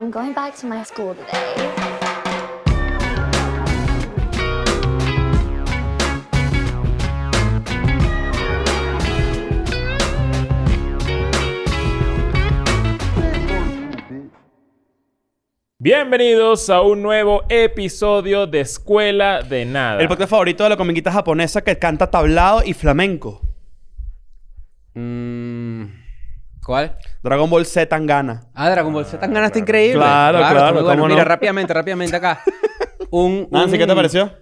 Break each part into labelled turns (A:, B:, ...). A: I'm going back to my school today.
B: Bienvenidos a un nuevo episodio de Escuela de Nada.
C: El podcast favorito de la comiquita japonesa que canta tablado y flamenco.
D: Mm, ¿Cuál?
C: Dragon Ball Z Tangana.
D: Ah, Dragon Ball Z tan ganas está increíble.
C: Claro, claro,
D: está muy bueno.
C: ¿cómo no?
D: Mira, rápidamente, rápidamente acá. Un,
C: Nancy,
D: un-
C: ¿qué te pareció?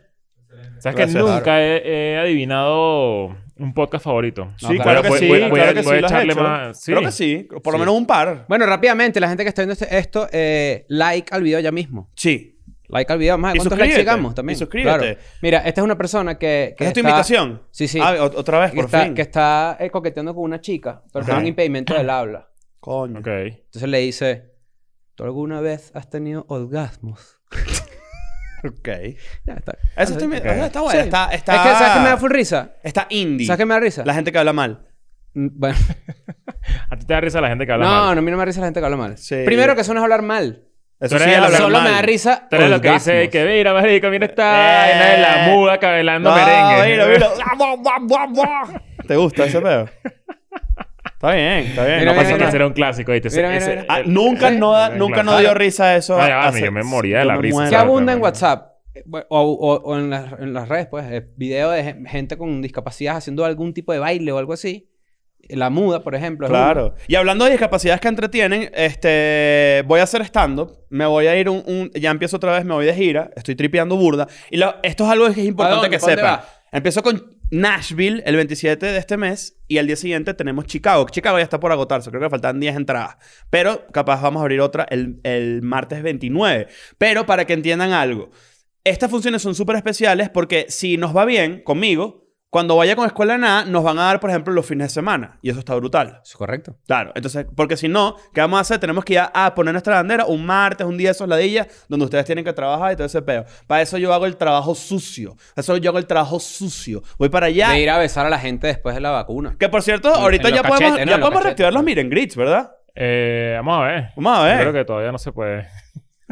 B: ¿Sabes que
C: Gracias.
B: nunca he, he adivinado un podcast favorito?
D: No, claro
B: Puede- puede- puede- puede
C: lo has
B: echarle
C: hecho.
B: más- sí.
C: Creo que sí. Por lo menos un par.
D: Bueno, rápidamente, la gente que está viendo este- esto, eh, like al video ya mismo.
C: Sí.
D: Like al video, más
C: Y
D: cuántos likes
C: suscríbete.
D: llegamos también.
C: Y suscríbete.
D: Mira, esta es una persona que. que
C: ¿Esa es tu
D: está-
C: invitación?
D: Sí, sí.
C: Ah, o- otra vez,
D: que,
C: por
D: está,
C: fin.
D: que está eh, coqueteando con una chica, pero
C: Ajá.
D: tiene un impedimento del habla.
C: Coño.
B: Ok.
D: Entonces le dice: ¿Tú alguna vez has tenido orgasmos?
C: Ok.
D: Ya está. Ah,
C: Eso está,
D: Sí.
C: eso está bueno. Está, está...
D: Es que, ¿sabes qué me da full risa?
C: Está indie.
D: ¿Sabes qué me da risa?
C: La gente que habla mal.
D: Mm, Bueno.
B: A ti te da risa la gente que habla
D: no,
B: mal.
D: no, a mí no me da risa la gente que habla mal.
C: Sí.
D: Primero que eso no es hablar mal.
C: Eso
B: eres
C: sí,
B: el
C: hablar
D: Solo
C: mal.
D: me da risa.
B: Tú eres lo que dice
D: orgasmos.
B: que mira, marico, mira esta
C: Eh.
B: vaina de la muda cabelando
C: No,
B: merengue.
C: mira, Ah, mira. Guau, guau, guau, guau. ¿Te gusta ese pedo? está bien, está bien.
D: Mira,
B: No
C: no pasa
B: pasa
D: mira. Eh,
B: que será un clásico, ¿viste? Ese-
D: Mira, mira,
B: ese-
D: mira.
C: Ah, nunca
B: ese-
C: no, da-
B: ese
C: nunca no
B: clásico.
C: dio risa eso.
B: Ah, ya va,
C: hace-
B: yo me moría de
C: yo
B: la
C: me
B: risa.
C: muero.
D: ¿Qué
B: Claro,
D: abunda
B: claro,
D: en
B: claro.
D: WhatsApp? Eh, O, o- o en, las, en las redes, pues, eh, video de gen- gente con discapacidad haciendo algún tipo de baile o algo así. Eh, La muda, por ejemplo. es uno.
C: Claro. Y hablando de discapacidades que entretienen, este, voy a hacer stand-up. Me voy a ir un, un- Ya empiezo otra vez, me voy de gira. Estoy tripeando burda. Y lo- esto es algo que es importante
D: dónde?
C: que
D: ¿Pa dónde
C: sepan.
D: vas?
C: Empiezo con Nashville el 27 de este mes. Y al día siguiente tenemos Chicago. Chicago ya está por agotarse. Creo que faltan 10 entradas. Pero capaz vamos a abrir otra el, el martes 29. Pero para que entiendan algo. Estas funciones son súper especiales porque si nos va bien conmigo... Cuando vaya con Escuela de Nada, nos van a dar, por ejemplo, los fines de semana. Y eso está brutal.
D: Es correcto.
C: Claro, entonces, porque si no, ¿qué vamos a hacer? Tenemos que ir a, a poner nuestra bandera un martes, un día de esos ladillas, donde ustedes tienen que trabajar y todo ese peo. Para eso yo hago el trabajo sucio. Para eso yo hago el trabajo sucio. Voy para allá.
D: De ir a besar a la gente después de la vacuna.
C: Que por cierto,
D: en
C: ahorita
D: los
C: ya podemos,
D: cachetes, ¿no?
C: ya
D: En los
C: podemos
D: cachetes.
C: reactivar los miren grits, ¿verdad?
B: Eh, vamos a ver.
C: Vamos a ver.
B: Yo creo que todavía no se puede.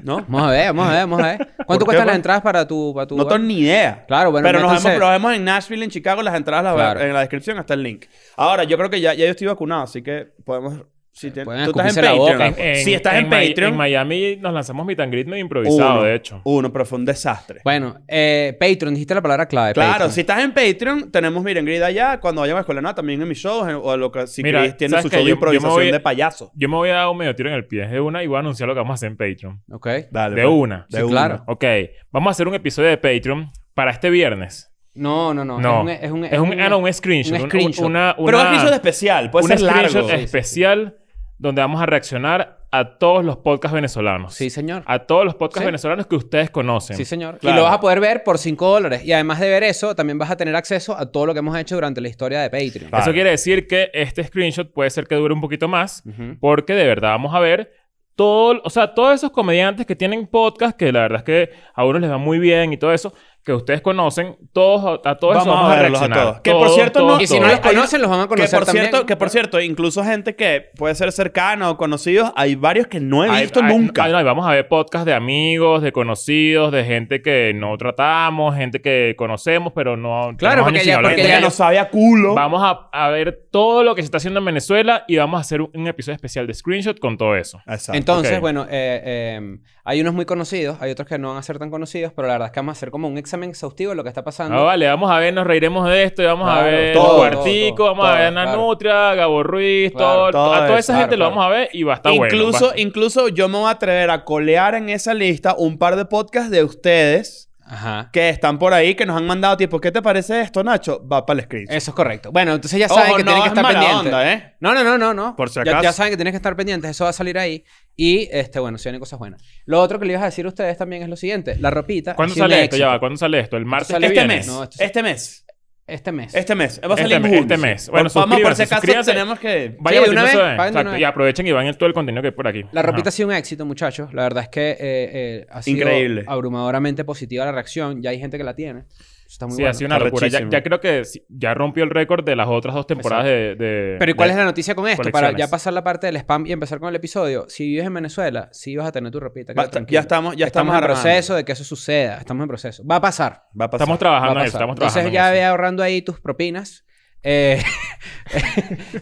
C: ¿No?
D: Vamos a ver, vamos a ver, vamos a ver. ¿Cuánto
C: qué,
D: cuestan las
C: pues?
D: entradas para tu... Para tu
C: No tengo ni idea.
D: Claro, bueno,
C: Pero nos
D: métanse-
C: vemos, lo vemos en Nashville, en Chicago. Las entradas las
D: Claro.
C: en la descripción está el link. Ahora, yo creo que ya, ya yo estoy vacunado, así que podemos... Si te-
D: Pueden
C: tú estás
D: escupirse
C: en
D: la boca.
C: Patreon. si estás en,
B: Mi-
C: Patreon...
B: En Miami nos lanzamos meet and greet medio improvisado,
C: uno,
B: de hecho.
C: Uno, pero fue un desastre.
D: Bueno, eh, Patreon, dijiste la palabra clave.
C: Claro,
D: Patreon.
C: si estás en Patreon, tenemos Miren Grid allá. Cuando vayan a Escuela Nada, también en mis shows. en- o lo que si
B: Mira,
C: Chris tiene
B: ¿sabes
C: su
B: qué?
C: show de
B: Yo- yo me
C: improvisación
B: voy-
C: de payaso.
B: Yo me voy a dar un medio tiro en el pie de una y voy a anunciar lo que vamos a hacer en Patreon.
D: Ok.
C: Dale,
B: De
C: pues.
B: una.
C: De
D: Sí,
C: una.
D: claro.
B: Ok, vamos a hacer un episodio de Patreon para este viernes.
D: No, no, no.
B: No,
D: Es un... e, Es un...
B: ah, no, un screenshot.
D: un
B: un-
D: screenshot.
B: una,
C: Pero
B: una-
C: un episodio especial. Puede
B: un
C: ser largo.
B: screenshot eh, especial donde vamos a reaccionar a todos los podcasts venezolanos.
D: Sí, señor.
B: A todos los podcasts
D: Sí.
B: venezolanos que ustedes conocen.
D: Sí, señor.
C: Ah, Claro.
D: Y lo vas a poder ver por 5 dólares. Y además de ver eso, también vas a tener acceso a todo lo que hemos hecho durante la historia de Patreon.
C: Claro.
B: Eso quiere decir que este screenshot puede ser que dure un poquito más,
D: Ujú.
B: porque de verdad vamos a ver todo, o sea, todos esos comediantes que tienen podcast, que la verdad es que a unos les va muy bien y todo eso, que ustedes conocen, todos a, a todos esos
C: Vamos a verlos a
B: reaccionar.
C: todos. Que por cierto, no-
D: Y si no
B: todos.
D: los conocen, los van a
C: Que
D: conocer
C: por,
D: también.
C: cierto, que por cierto, incluso gente que puede ser cercana o conocidos, hay varios que no he
B: Hay-
C: visto
B: hay-
C: nunca.
B: hay- no, y vamos a ver podcasts de amigos, de conocidos, de gente que no tratamos, gente que conocemos, pero no. tenemos
D: Claro, porque
B: años sin
D: ya-
B: hablar
D: porque
B: con
C: que
D: ya-
C: ya
B: ellos.
C: no sabe a culo.
B: Vamos a, a ver todo lo que se está haciendo en Venezuela y vamos a hacer un, un episodio especial de screenshot con todo eso.
C: Exacto.
D: Entonces,
B: ok.
D: bueno, eh, eh, hay unos muy conocidos, hay otros que no van a ser tan conocidos, pero la verdad es que vamos a hacer como un examen exhaustivo de lo que está pasando.
B: Ah, vale, vamos a ver, nos reiremos de esto y vamos a
D: Claro,
B: ver
C: todo,
B: Cuartico,
D: todo,
B: vamos a
D: todo,
B: ver a Ana
D: claro.
B: Nutria, Gabo Ruiz,
D: Claro,
B: todo,
C: todo
B: a toda
C: eso,
B: esa gente
D: claro,
B: lo
D: claro.
B: vamos a ver y va a estar
C: incluso,
B: bueno. va-
C: incluso yo me voy a atrever a colear en esa lista un par de podcasts de ustedes
D: Ajá.
C: que están por ahí, que nos han mandado tipo, ¿qué te parece esto, Nacho? Va para el screen.
D: Eso es correcto. Bueno, entonces ya saben
C: Ojo,
D: que
C: no,
D: tienen que
C: es
D: estar
C: mala
D: pendientes.
C: onda, ¿eh?
D: No, no, no, no, no.
C: Por si
D: Ya- Ya,
C: acaso.
D: saben que tienen que estar pendientes, eso va a salir ahí. Y, este, bueno, se vienen cosas buenas. Lo otro que le ibas a decir a ustedes también es lo siguiente. La ropita.
B: ¿Cuándo
D: ha sido un
B: sale esto? Ya
D: éxito.
B: va, ¿cuándo sale esto? ¿El martes
D: sale
B: que
C: Este
B: viene?
C: mes.
D: No, esto sí.
C: este mes.
D: Este mes.
C: Este mes. Va a salir
B: Este mes,
C: en
B: este
C: junio.
B: mes. Bueno,
C: vamos por
B: suscríbanse,
C: si acaso
B: suscríbanse.
C: tenemos que.
B: Vaya
D: Sí, de una
B: metiéndose
D: vez,
B: en-
D: vayan de
B: exacto,
D: una
B: y
D: vez.
B: aprovechen y van en todo el contenido que hay por aquí.
D: La
B: Ajá.
D: ropita ha sido un éxito, muchachos. La verdad es que eh, eh, ha sido
C: Increíble.
D: abrumadoramente positiva la reacción. Ya hay gente que la tiene. está muy
B: sí,
D: bueno.
B: ha sido una locura. Ya,
C: Arrechísimo.
B: ya creo que sí- ya rompió el récord de las otras dos temporadas de, de-
D: Pero ¿y cuál
B: de-
D: es la noticia con esto? Para ya
B: colecciones.
D: pasar la parte del spam y empezar con el episodio. Si vives en Venezuela, sí vas a tener tu repita.
C: Va- ya estamos, ya estamos,
D: en
C: armando.
D: proceso de que eso suceda. Estamos en proceso. Va a pasar.
C: Va a pasar.
B: Estamos
D: Va a
B: trabajando en
D: pasar.
B: eso. Estamos trabajando
D: Entonces
B: en
D: ya
B: eso.
D: ve ahorrando ahí tus propinas. Eh,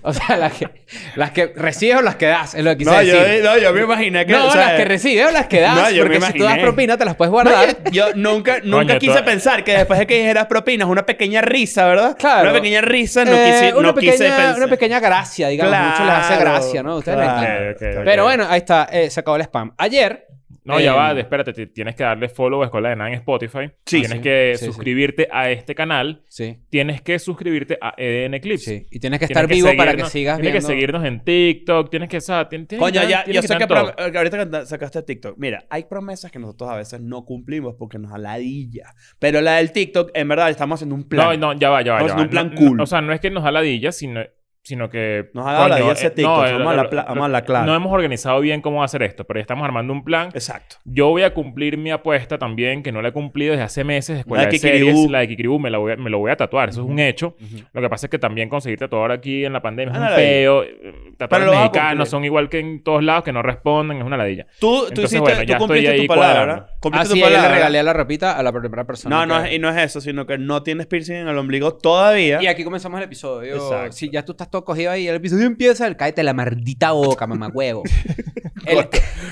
D: o sea, las que, las que recibes o las que das, es lo que quise
C: no, yo,
D: decir.
C: no, yo me imaginé que.
D: no,
C: o sea,
D: las que recibes o las que das,
C: No, yo me
D: porque si tú das
C: imaginé.
D: propina te las puedes
C: No,
D: guardar.
C: yo, yo nunca, nunca
B: Coño,
C: quise
B: toda-
C: pensar que después de que dijeras propinas, una pequeña risa, ¿verdad?
D: Claro.
C: Una pequeña risa, no
D: Eh,
C: quise,
D: una,
C: no
D: pequeña,
C: quise pensar.
D: una pequeña gracia, digamos. Mucho les hace gracia, ¿no? A Ustedes les
C: Claro,
D: encanta.
B: Ok, ok, ok.
D: Pero bueno, ahí está. eh, se acabó el spam. Ayer
B: No, ya
D: Eh,
B: va, de- espérate, ti- tienes que darle follow a Escuela de Nada en Spotify.
C: Sí,
B: tienes
D: sí.
B: que
D: Sí, sí.
B: suscribirte a este canal.
D: Sí,
B: Tienes que suscribirte a EDN Clips.
D: sí. Y tienes que
B: Tienes
D: estar vivo para que
B: seguirnos-
D: sigas
B: tienes
D: viendo.
B: que seguirnos en TikTok. Tienes que. o sea, tien- tienes
C: Coño,
B: que-
C: ya,
B: tienes
C: yo sé
B: estar
C: que
B: en todo.
C: pro- ahorita que sacaste TikTok. Mira, hay promesas que nosotros a veces no cumplimos porque nos aladilla. Pero la del TikTok, en verdad, estamos haciendo un plan.
B: No, no, ya va, ya va. ya
C: Vamos en
B: va.
C: un plan
B: No,
C: cool.
B: no, o sea, no es que nos da ladilla, sino, sino que.
C: Nos ha dado
B: coño,
C: ladilla ese
B: eh,
C: TikTok,
B: eh,
C: vamos a la pla- vamos a la clara.
B: No hemos organizado bien cómo hacer esto, pero ya estamos armando un plan.
C: Exacto.
B: Yo voy a cumplir mi apuesta también, que no la he cumplido desde hace meses. Escuela
C: La de
B: de
C: Kikiribú.
B: series, la de Kikiribú, me, la voy a, me lo voy a tatuar. Eso es un hecho. Lo que pasa es que también conseguirte tatuar aquí en la pandemia es
C: Una
B: un
C: ladilla.
B: peo. Eh, Tatuajes
C: lo vas a cumplir.
B: mexicanos son igual que en todos lados, que no responden. Es una ladilla.
C: Tú, tú,
B: Entonces,
C: hiciste,
B: bueno,
C: tú
B: ya
C: cumpliste
B: estoy
C: tu
B: ahí
C: palabra.
B: cuadrando.
C: Cumpliste
D: Ah,
C: tu
D: sí, yo
C: palabra.
D: le regalé la repita a la primera persona.
C: No, no,
D: que-
C: es- y no es eso, sino que no tienes piercing en el ombligo todavía.
D: Y aquí comenzamos el episodio.
C: Exacto.
D: Si ya tú estás todo cogido ahí, el episodio empieza, el cállate la maldita boca, mamá huevo. el,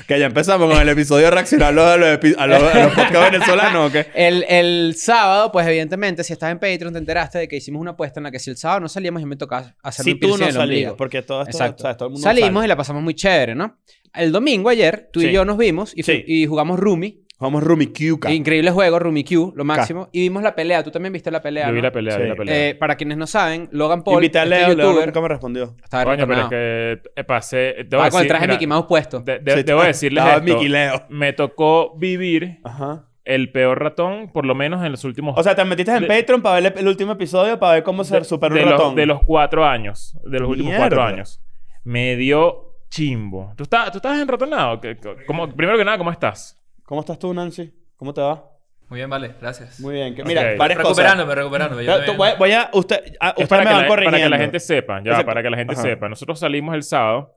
C: Que ya empezamos con el episodio de reaccionar a los, a los, epi- a los- a los podcast venezolanos, ¿o qué?
D: el, el sábado, pues evidentemente, si estás en Patreon, te enteraste de que hicimos una apuesta en la que si el sábado no salíamos, yo me tocaba hacer
C: Si
D: un
C: tú
D: piercing en
C: no
D: el
C: salías,
D: ombligo.
C: porque todo, esto,
D: Exacto.
C: o sea, todo el mundo
D: Salimos
C: sale.
D: y la pasamos muy chévere, ¿no? El domingo ayer, tú
C: Sí.
D: y yo nos vimos y, fu-
C: Sí.
D: y jugamos Rumi.
C: Jugamos Rumikyuka.
D: Increíble juego, Rumi Q, lo máximo. Y vimos la pelea. Tú también viste la pelea.
B: Yo vi
D: ¿no?
B: la pelea, vi
C: Sí.
B: la pelea.
D: Eh, para quienes no saben, Logan Paul,
C: Invité a
D: este
C: Leo, Leo
D: youtuber,
C: nunca me respondió.
D: estaba
B: Coño, pero es
D: retornado.
B: que eh, pasé. eh, Debo
D: Estaba con el
B: decir,
D: traje
B: mira,
D: Mickey Mouse puesto.
B: de- de-
C: Sí,
B: debo
C: estaba-
B: decirles
C: estaba
B: esto.
C: Mickey Leo.
B: Me tocó vivir
C: Ajá.
B: el peor ratón, por lo menos en los últimos
C: O sea, te metiste en
B: De-
C: Patreon para ver el, el último episodio, para ver cómo se
B: de-
C: superó
B: de
C: un
B: los-
C: ratón.
B: de los cuatro años. De los últimos
C: Mierda.
B: cuatro años. Me dio chimbo. ¿Tú, estás- tú estás enratonado? ¿Qué- qué- cómo- primero que nada, ¿cómo estás?
C: ¿Cómo estás tú, Nancy? ¿Cómo te va?
E: Muy bien, vale, gracias.
C: Muy bien. que-
B: Ok.
C: Mira, varias cosas.
E: recuperándome, recuperándome. yo
C: Ya, tú-
E: también.
C: voy, voy a... Usted, a-
B: Es
C: usted me
B: para, que
C: van
B: la,
C: corrigiendo.
B: para que la gente sepa. Ya,
C: Exacto.
B: para que la gente
C: Ajá.
B: sepa. Nosotros salimos el sábado.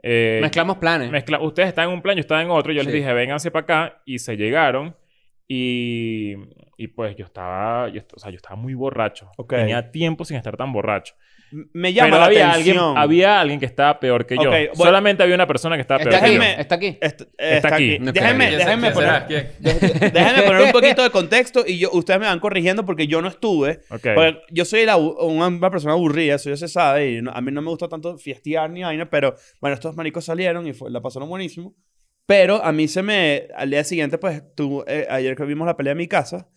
B: eh,
D: Mezclamos planes.
B: mezcla- ustedes están en un plan, yo estaba en otro. Yo les
D: Sí.
B: dije, vénganse para acá. Y se llegaron. Y, y pues yo estaba... yo est- o sea, yo estaba muy borracho.
C: Ok.
B: Tenía tiempo sin estar tan borracho.
C: Me llama
B: Pero
C: la
B: había
C: atención.
B: alguien, había alguien que estaba peor que yo.
C: Ok, bueno.
B: Solamente había una persona que estaba
D: Está
B: peor
D: aquí.
B: que yo.
C: Déjenme-
D: Está aquí.
C: Est- eh,
B: Está
C: está
B: aquí.
C: aquí. Déjenme,
E: ¿Quién será?
C: déjenme
E: ¿Quién será?
C: poner...
E: ¿Quién?
C: de- Déjenme poner un poquito de contexto y yo, ustedes me van corrigiendo porque yo no estuve.
B: Ok.
C: Porque yo soy la abu- una, una persona aburrida, eso ya se sabe. Y no- a mí no me gusta tanto fiestear ni vaina, pero bueno, estos maricos salieron y fue- la pasaron buenísimo. Pero a mí se me. Al día siguiente, pues tú, eh, ayer que vimos la pelea en mi casa.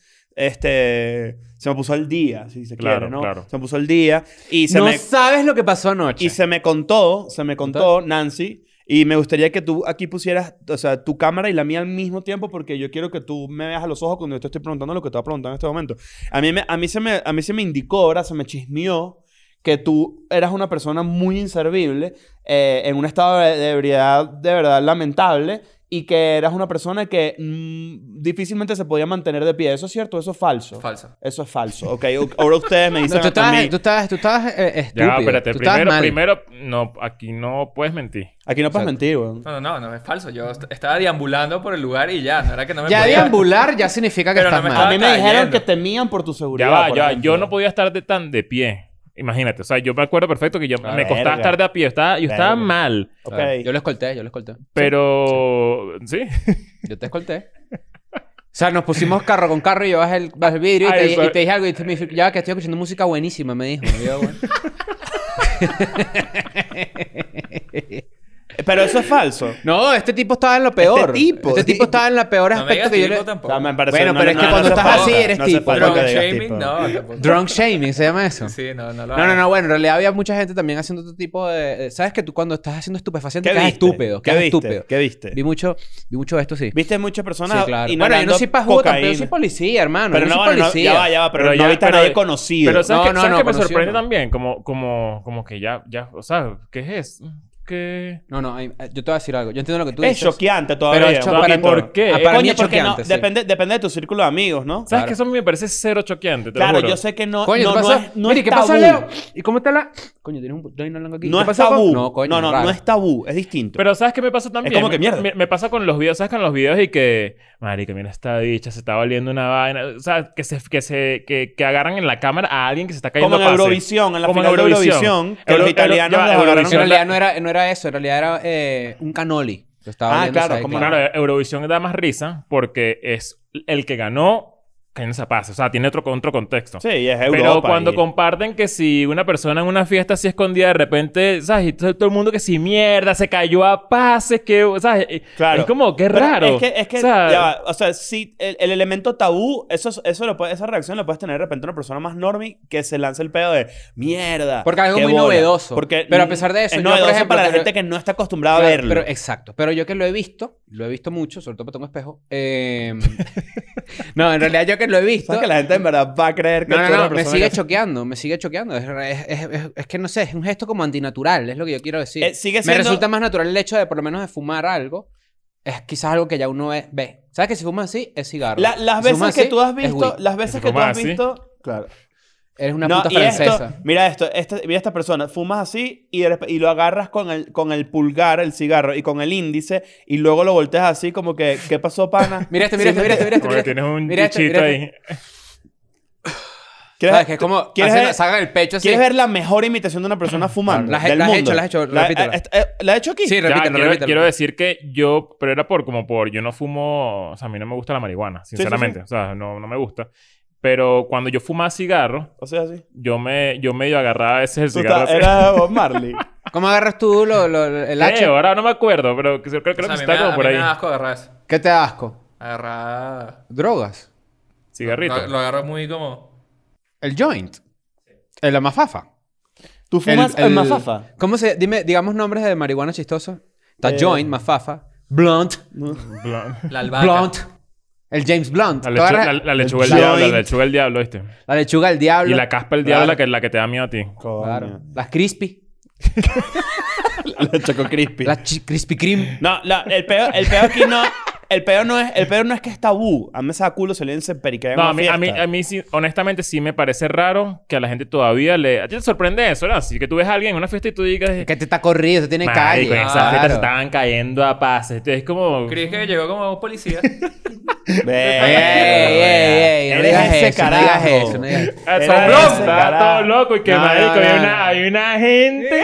C: Este, se me puso el día, si se
B: Claro,
C: quiere, ¿no?
B: claro.
C: Se me puso el día y se
D: no
C: me
D: sabes lo que pasó anoche.
C: y se me contó, se me contó, Nancy, y me gustaría que tú aquí pusieras, o sea, tu cámara y la mía al mismo tiempo, porque yo quiero que tú me veas a los ojos cuando yo te estoy preguntando lo que te voy a preguntar en este momento. A mí, me- a mí, se, me, a mí se me indicó, ahora se me chismeó que tú eras una persona muy inservible, eh, en un estado de, de ebriedad de verdad lamentable, y que eras una persona que mm, difícilmente se podía mantener de pie. ¿Eso es cierto? o ¿Eso es falso?
E: Falso.
C: Eso es falso. Ok, ahora ustedes me dicen
D: No, tú,
C: a mí.
D: estabas, tú estabas, tú estabas, eh, estúpido.
B: Ya, espérate.
D: Tú estabas
B: Primero,
D: mal.
B: primero, no, aquí no puedes mentir.
C: Aquí no puedes
D: Exacto.
C: mentir, weón.
E: No, no, no, no es falso. Yo est- estaba deambulando por el lugar y ya. No era que no me
D: Ya
E: podía-
D: deambular ya significa que
E: Pero no
D: estás
E: me
D: mal.
C: A mí me
E: estaba
C: dijeron
E: cayendo.
C: que temían por tu
B: Ya
C: seguridad.
B: va,
C: por
B: ya va.
C: ejemplo.
B: Yo no podía estar de tan de pie. Imagínate. O sea, yo me acuerdo perfecto que yo
C: Claro.
B: me costaba
C: Ah, Verga.
B: estar de a pie. Yo estaba, yo estaba
C: Verga.
B: mal.
C: Ok.
D: Claro. Ah, Yo lo escolté, yo lo escolté.
B: Pero... ¿Sí?
D: Yo te escolté. O sea, nos pusimos carro con carro y yo bajé el, bajé el vidrio y,
B: Ay,
D: te,
B: eso-
D: y te dije algo. Y tú me dijiste, ya que estoy escuchando música buenísima, me dijo. Y yo, bueno.
C: Pero eso es falso.
D: No, este tipo estaba en lo peor.
C: Este tipo.
D: Este tipo estaba en la peor
E: No me
D: aspecto que yo
E: digas tipo
D: le...
C: O sea,
E: tampoco.
C: me parece-
D: Bueno, pero es que cuando
C: hace
D: estás
C: falta.
D: así, eres
C: No hace
D: tipo.
C: falta que
E: Drunk
C: digas tipo.
E: shaming, no, tampoco.
D: Drunk shaming, ¿se llama eso?
E: Sí, no, no lo
D: No, no,
E: hagas.
D: no, bueno, en realidad había mucha gente también haciendo otro tipo de... de- ¿Sabes que tú cuando estás haciendo estupefaciente
C: ¿Qué
D: quedas
C: viste?
D: estúpido?
C: ¿Qué
D: Quedas
C: viste?
D: estúpido.
C: ¿Qué viste?
D: Vi mucho, vi mucho de esto, sí.
C: Viste muchas personas
D: sí, claro. Bueno, yo
C: inhalando
D: no soy pajudo, pero yo soy
C: cocaína.
D: policía, hermano.
C: Pero
D: yo
C: no,
D: soy
C: bueno, no,
D: policía.
C: ya va, ya va. Pero,
B: ya-
C: no viste a
B: pero-
C: nadie conocido.
B: Pero ¿sabes
D: No,
B: qué
D: no,
B: sabes
D: no,
B: qué me
D: conocido
B: sorprende
D: no.
B: también? Como, como, como que ya, ya... O sea, ¿qué es? que...
D: No, no, ahí- yo te voy a decir algo. Yo entiendo lo que tú
C: es
D: dices.
C: choqueante todavía.
D: Pero es
C: un
D: choqueante.
C: poquito.
B: ¿Por qué?
D: Ah, para
C: Coño,
D: mí es
C: porque no-
D: choqueante. sí.
C: depende, depende de tu círculo de amigos, ¿no?
B: ¿Sabes
D: Claro.
B: que eso a mí me parece cero choqueante? Te lo
C: Claro,
B: juro.
C: yo sé que no,
D: Coño,
C: no,
D: ¿qué
C: no
D: pasa?
C: es, no
D: Mire,
C: es
D: ¿qué
C: tabú.
D: pasa, Leo? ¿Y cómo está la...? Coño, tiene un... Tiene un algo aquí.
C: No
D: ¿Qué
C: es
D: pasa,
C: tabú.
D: pa- No, coño,
C: no, no,
D: raro.
C: no es tabú, es distinto.
B: Pero ¿sabes qué me pasa también?
C: como que mierda.
B: Me, me pasa con los videos, ¿sabes? Con los videos y que... Marica, mira esta bicha, se está valiendo una vaina. O sea, que se... Que, se, que, que agarran en la cámara a alguien que se está cayendo
C: como en
B: a pase.
C: Eurovisión, en la
B: Como en
C: final de
B: Eurovisión.
C: Eurovisión, que
B: Euro-
C: los
B: Euro- ya
C: italianos
B: va,
C: la
B: Eurovisión.
D: En
C: agarraron.
D: realidad no era, no era eso. En realidad era eh, un canoli. Yo estaba
C: Ah,
D: viendo
C: claro,
D: esa-
C: ¿cómo
B: Claro, Eurovisión da más risa porque es el que ganó cayéndose a pase. O sea, tiene otro, otro contexto.
C: Sí, es Europa.
B: Pero cuando
C: y-
B: comparten que si una persona en una fiesta así escondida de repente, ¿sabes? Y todo, todo el mundo que si mierda, se cayó a pases, que, ¿sabes? Y-
C: Claro.
B: Es como, qué
C: Pero
B: raro.
C: Es que, es que
B: O sea,
C: ya va, o sea, sí, el, el elemento tabú, eso, es- eso lo puede- esa reacción la puedes tener de repente una persona más normie que se lanza el pedo de mierda.
D: Porque algo
C: qué
D: muy
C: bola".
D: novedoso. Pero a pesar de eso,
C: es
D: yo, por
C: novedoso
D: ejemplo,
C: para la
D: creo-
C: gente que no está acostumbrada a
D: Claro,
C: verlo.
D: Pero, exacto. Pero yo que lo he visto, lo he visto mucho, sobre todo porque tengo espejo. eh, no, en realidad yo que lo he visto.
C: ¿Sabes que la gente en verdad va a creer que
D: No,
C: tú
D: no,
C: eres
D: no,
C: una
D: me
C: persona
D: sigue
C: que-
D: choqueando, me sigue choqueando. Es, es- es- es que no sé, es un gesto como antinatural, es lo que yo quiero decir.
C: Eh, sigue
D: Me
C: siendo-
D: resulta más natural el hecho de por lo menos de fumar algo. Es quizás algo que ya uno ve. ve. ¿Sabes que si fumas así es cigarro?
C: La- las
D: Si fumas
C: veces que
D: así,
C: tú has
D: es
C: visto,
D: weed.
C: las
B: Se
C: veces que tú
B: fuma
C: has
B: así.
C: visto, claro.
D: Eres una puta
C: y esto-
D: francesa.
C: mira esto, este- mira esta persona, fumas así y, de rep- y lo agarras con el, con el pulgar, el cigarro, y con el índice, y luego lo volteas así como que, ¿qué pasó, pana?
D: Mira este, mira
C: Sí,
D: este, mira este, mira este.
B: como que
D: mira este.
B: tienes un
D: Mira este,
B: bichito
D: mira
B: ahí.
D: este. ¿Sabes? Que es como.
C: ¿Quieres
D: hacen-
C: ver-
D: sacan el pecho así.
C: ¿Quieres ver la mejor imitación de una persona fumando?
D: Las he-
C: del
D: las he
C: mundo?
D: hecho, las he hecho,
C: La,
D: repítela.
C: eh, eh, ¿la he hecho aquí?
D: Sí,
B: Ya,
D: repítelo,
B: quiero,
D: repítelo.
B: quiero decir que yo, pero era por como por, yo no fumo, o sea, a mí no me gusta la marihuana,
C: sí, sí.
B: sinceramente, o sea, no, no me gusta. Pero cuando yo fumaba cigarro,
C: O sea, sí.
B: yo me, yo medio agarraba ese el
C: Tú
B: cigarro.
C: estás-
B: así.
C: era Bob Marley.
D: ¿Cómo agarras tú lo- lo- el
B: Creo,
D: hacha?
B: ahora no me acuerdo, pero creo, creo
E: O sea,
B: que
E: a mí me
B: está
E: da-
B: como
E: a
B: por
E: mí me
B: ahí.
E: da asco agarrar eso.
D: ¿Qué te da asco?
E: Agarrar...
D: ¿Drogas?
B: Cigarrito.
E: Lo, lo agarro muy como...
D: ¿El joint? ¿El mafafa?
C: ¿Tú fumas el, mafafa?
D: ¿Cómo se...? Dime, digamos nombres de marihuana chistosa. Está
C: Eh.
D: joint, mafafa, blunt,
B: Blunt.
E: La albahaca.
D: blunt, el James Blunt.
B: La,
D: Toda
B: lechu-
D: la,
B: la- la lechuga del
C: Joint.
B: diablo, la lechuga del diablo, ¿viste?
D: la lechuga del
B: Y
D: diablo.
B: la caspa del diablo, la que, la que te da miedo a ti.
D: Claro. Las crispy.
C: La Choco Crispy.
D: Las chi- crispy cream.
C: No, la- el peor, el peor aquí no... El peor no es, el peor no es que es tabú. A mí me saca culo se le dicen periquea en
B: No,
C: una
B: a mí, a mí,
C: fiesta.
B: a mí sí, honestamente sí me parece raro que a la gente todavía le... A ti te sorprende eso, ¿no? Así que tú ves a alguien en una fiesta y tú digas...
D: Que te está corrido, se tiene
B: Marico,
D: calle.
B: en esa fiesta se
D: Claro.
B: estaban cayendo a pases. Entonces es como...
E: Crees que llegó como un policía.
C: Ve.
D: Ey, ey, ey, no
C: Eres
D: digas
C: ese
D: eso, no digas
C: carajo.
D: eso, no digas eso.
B: Ah,
C: Era
B: Son
C: ese
B: locos, está
C: carajo.
B: todo loco y que
D: No,
B: marico,
D: no,
B: hay,
D: no.
B: Una, hay una gente...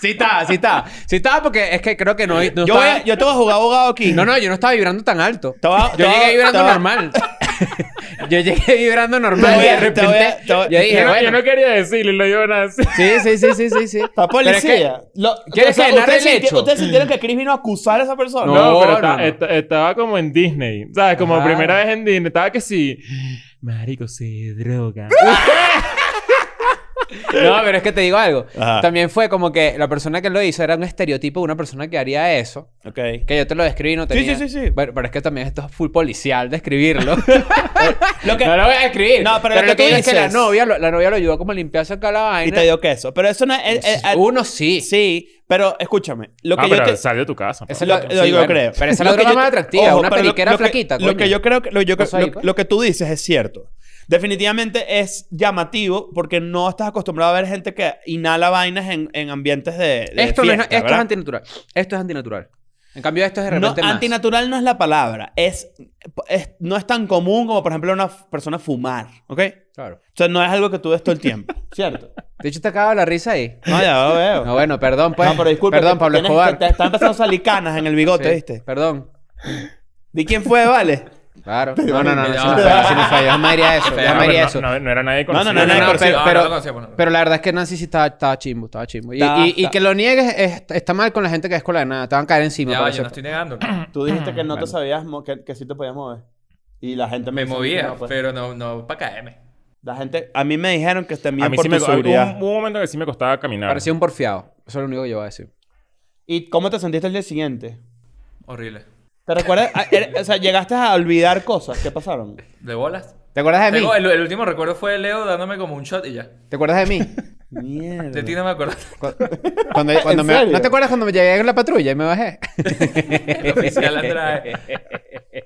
D: Sí está, sí está. Sí está porque es que creo que no, no
C: Yo,
D: estaba-
C: voy a- yo te voy a jugar abogado aquí.
D: No, no, yo no estaba vibrando tan alto.
C: Te va- te
D: yo
C: va-
D: llegué vibrando
C: te va-
D: normal. yo llegué vibrando
C: Te
D: normal.
C: voy
D: Y de
C: a- te voy a-
D: repente
C: te voy a-
D: yo
B: yo,
D: dije,
B: no, yo
D: bueno.
B: no quería decirlo y lo llevan así.
D: Sí, sí, sí, sí, sí, sí.
C: La
D: Pero es que-
C: policía. Lo-
D: ¿Quieres que narre
C: ustedes
D: el
C: sinti-
D: hecho?
C: ¿Ustedes sintieron que Chris vino a acusar a esa persona?
D: No,
B: No, pero
D: no,
B: esta-
D: no.
B: esta- estaba como en Disney. ¿Sabes? Como
D: Ajá.
B: primera vez en Disney. Estaba que sí. Marico, se droga.
D: No, pero es que te digo algo.
C: Ajá.
D: También fue como que la persona que lo hizo era un estereotipo de una persona que haría eso.
C: Ok.
D: Que yo te lo describí y no tenía.
C: sí, sí, sí.
D: Bueno, pero es que también esto es full policial describirlo.
C: Lo que-
D: no lo voy a describir.
C: No, pero lo que tú
D: digo es que la
C: dices-
D: novia, lo- la novia lo ayudó como a limpiarse acá la
C: y
D: vaina.
C: te dio queso. Pero eso no es. el- el- el-
D: Uno sí.
C: Sí, pero escúchame. Lo que
B: Ah,
C: yo
B: pero
C: te-
B: salió de tu casa. pues.
D: Esa es
C: lo-
D: la-
C: lo-
D: sí,
C: yo
D: bueno.
C: creo.
D: Pero esa es
C: Lo
D: la
C: que
D: droga
C: yo-
D: más atractiva.
C: Ojo,
D: una
C: pero lo-
D: periquera
C: lo que-
D: flaquita.
C: Lo
D: coño.
C: que yo creo que lo, yo-
D: Cosa ahí,
C: lo-
D: pues.
C: lo que tú dices es cierto. Definitivamente es llamativo porque no estás acostumbrado a ver gente que inhala vainas en, en ambientes de, de
D: Esto, no
C: fiesta,
D: es, esto es
C: ¿verdad?
D: antinatural. Esto es antinatural. En cambio, esto es de
C: No,
D: repente más.
C: antinatural no es la palabra. Es, es- no es tan común como, por ejemplo, una f- persona fumar, ¿ok?
D: Claro.
C: O sea, no es algo que tú ves todo el tiempo, ¿cierto?
D: De hecho, te acaba la risa ahí.
C: No, ya lo veo.
D: No, bueno, perdón, pues.
C: No, pero disculpa.
D: Perdón,
C: te-
D: Pablo
C: tienes-
D: Escobar.
C: Te, te están empezando a salir canas en el bigote,
D: Sí,
C: ¿viste?
D: Perdón.
C: ¿De quién fue, vale?
D: Claro. No, no, no.
E: te
D: no,
E: va-
D: Si no fue, si no fue. Yo jamás diría eso. Yo
E: No,
B: No,
D: jamás
B: Ah, pero
D: diría
B: no,
D: eso.
B: no- no era nadie
C: No, no,
B: conocido.
C: no, no,
D: no,
C: por
D: pero,
E: cierto.
D: pero-
E: No, no lo conocíamos, no.
D: pero la verdad es que Nancy sí estaba, estaba chimbo, estaba chimbo. Y,
C: Está-
D: y- y
C: está.
D: que lo niegues es- está mal con la gente que es escuela de nada. Te van a caer encima.
E: Ya,
D: por
E: va, yo
D: eso.
E: no estoy negando.
C: Tú dijiste que no te sabías, mo- que, que sí te podías mover. Y la gente
E: Me
C: dice,
E: movía,
C: no, pues.
E: pero no, no para caerme.
C: La gente... A mí me dijeron que te
B: A
C: miden
B: mí
C: por
B: sí me
C: tu
B: hubo
C: seguridad.
B: un, un momento que sí me costaba caminar.
D: Parecía un porfiado. Eso es lo único que yo voy a decir.
C: ¿Y cómo te sentiste el día siguiente?
E: Horrible.
C: ¿Te recuerdas? Ah, era- o sea, llegaste a olvidar cosas que pasaron.
E: ¿De bolas?
D: ¿Te acuerdas de mí?
E: Tengo- el, el último recuerdo fue Leo dándome como un shot y ya.
D: ¿Te acuerdas de mí?
C: Mierda.
E: De ti no me acuerdo.
D: Cu- Cuando, cuando
F: ¿En
D: me-
F: serio?
D: ¿No te acuerdas cuando me llegué con la patrulla y me bajé?
E: El oficial Andrade.
B: Pero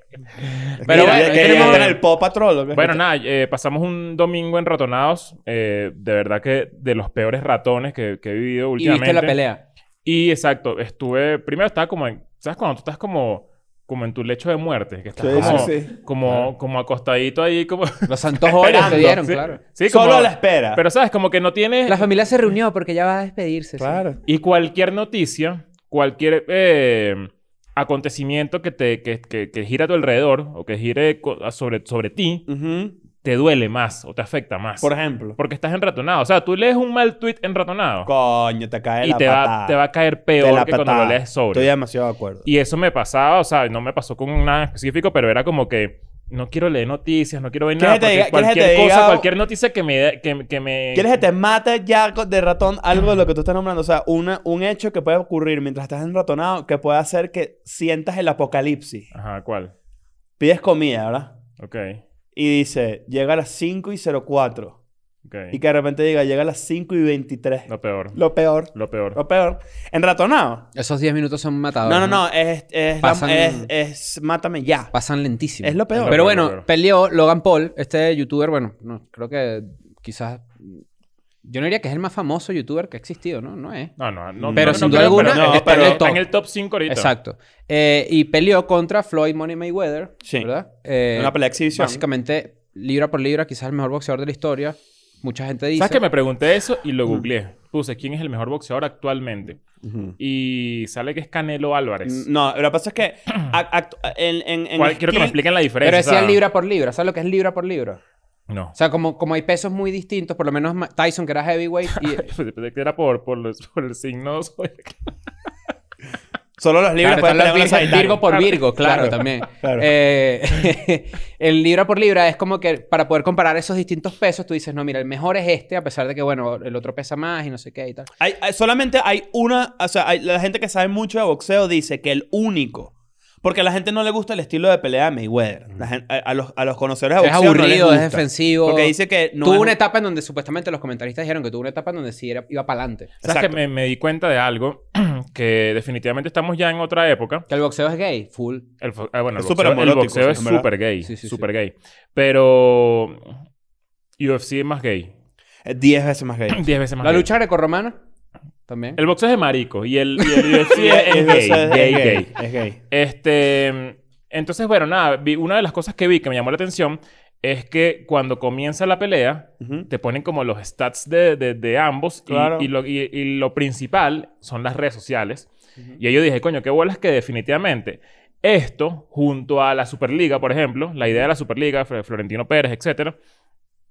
C: Mira,
B: bueno,
C: ya
B: ahí
C: querías
B: tenemos-
C: ver el Paw Patrol. ¿o qué?
B: Bueno, nada, eh, pasamos un domingo en ratonados. eh, de verdad que de los peores ratones que, que he vivido
D: Y
B: últimamente.
D: viste la pelea.
B: Y exacto, estuve. Primero estaba como en. ¿Sabes cuando tú estás como. como en tu lecho de muerte? Que estás
F: Sí,
B: como,
F: sí, sí.
B: Como, como acostadito ahí, como.
D: Los santos óleos te dieron,
B: Sí,
D: claro.
B: Sí, como.
C: Solo a la espera.
B: Pero sabes, como que no tienes.
D: La familia se reunió porque ya va a despedirse. sí.
F: Claro.
B: Y cualquier noticia, cualquier eh, acontecimiento que te que, que, que gire a tu alrededor o que gire co- sobre, sobre ti,
C: Ujú.
B: te duele más o te afecta más.
C: Por ejemplo.
B: Porque estás enratonado. O sea, tú lees un mal tweet enratonado
C: Coño, te cae
B: y
C: la
B: te va,
C: patada.
B: te va a caer
C: Te
B: peor
C: la
B: que cuando
C: patada.
B: lo lees sobre.
C: Estoy demasiado de acuerdo.
B: Y eso me pasaba, o sea, no me pasó con nada en específico, pero era como que no quiero leer noticias, no quiero ver
C: ¿Quieres
B: nada.
C: que te
B: porque
C: diga- quieres que
B: cualquier
C: te
B: cosa,
C: diga-
B: cualquier noticia que me, da- que, que me...
C: ¿Quieres que te mate ya co- de ratón algo de lo que tú estás nombrando? O sea, una, un hecho que puede ocurrir mientras estás enratonado que puede hacer que sientas el apocalipsis.
B: Ajá, ¿cuál?
C: Pides comida, ¿verdad?
B: Ok,
C: Y dice, llega a las 5 y 04.
B: ok.
C: Y que de repente diga, llega a las 5 y 23.
B: Lo peor,
C: Lo peor.
B: lo peor.
C: Lo peor. Enratonado.
D: Esos 10 minutos son matadores.
C: No, no, no. Es, es, la-
D: Ah, Pasan-
C: es, es mátame ya.
D: Pasan lentísimo.
C: Es lo peor.
D: Pero
B: Claro,
D: bueno,
B: claro.
D: peleó Logan Paul, este youtuber, bueno, no, creo que quizás... Yo no diría que es el más famoso youtuber que ha existido, ¿no? No es.
B: No, no, no.
D: Pero
B: no,
D: sin
B: no
D: duda
B: creo,
D: alguna,
B: pero-
C: no,
B: está,
C: pero-
B: en el top. está en el top 5 ahorita.
D: Exacto. Eh, y peleó contra Floyd Money Mayweather,
C: Sí.
D: ¿verdad? Eh,
C: Una pelea de exhibición.
D: Básicamente, libra por libra, quizás el mejor boxeador de la historia. Mucha gente dice... Mm.
B: ¿Sabes que me pregunté eso y lo googleé? Puse quién es el mejor boxeador actualmente. Y sale que es Canelo
D: Mm,
B: Álvarez.
C: No, lo que pasa es que a- actu- en, en, en
B: ¿Cuál- quiero que me
C: skill-
B: expliquen la diferencia.
D: Pero
B: o sea,
D: decía libra por libra. ¿Sabes lo que es libra por libra?
B: No.
D: O sea, como, como hay pesos muy distintos, por lo menos Ma- Tyson, que era heavyweight, y
B: Pensé que era por, por, los- por el signo. zodiacal.
C: Solo los libros
D: Claro,
C: pueden
D: están
C: pelear
D: los
C: con los
D: virgos- Virgo
C: sagitarios.
D: por Virgo, claro, también.
C: claro.
D: Eh, el libra por libra es como que para poder comparar esos distintos pesos, tú dices, no, mira, el mejor es este, a pesar de que, bueno, el otro pesa más y no sé qué y tal.
C: Hay- hay- solamente hay una, o sea, hay- la gente que sabe mucho de boxeo dice que el único, porque a la gente no le gusta el estilo de pelea de Mayweather, La gen- a, a los, a los conocedores de
D: Es
C: boxeo no les
D: aburrido, es
C: gusta.
D: defensivo.
C: Porque dice que no
D: tuvo
C: es-
D: una etapa en donde supuestamente los comentaristas dijeron que tuvo una etapa en donde sí era, iba para adelante.
B: ¿Sabes que
C: Exacto.
B: me, me di cuenta de algo? que definitivamente estamos ya en otra época.
D: Que el boxeo es gay, full.
B: El, fo- ah, bueno, el
C: Es súper
B: boxeo, el
C: homoerótico,
B: boxeo
C: sí,
B: es
C: en verdad.
B: súper gay.
D: Sí, sí, sí.
B: súper gay. Pero UFC es más gay.
C: es 10 veces más gay.
B: Diez veces más
D: La
B: gay.
D: lucha grecorromana también.
B: El boxeo es de marico y el, y el UFC
C: Sí,
B: es, es gay,
C: o sea, es
B: gay, gay.
C: Es gay.
B: Este, entonces, bueno, nada, vi- una de las cosas que vi que me llamó la atención es que cuando comienza la pelea,
C: Ujú.
B: te ponen como los stats de, de- de ambos y-
C: Claro.
B: y, lo, y- y lo principal son las redes sociales. Y ahí yo dije, coño, qué bolas que definitivamente esto, junto a la Superliga, por ejemplo, la idea de la Superliga, Fl- Florentino Pérez, etcétera,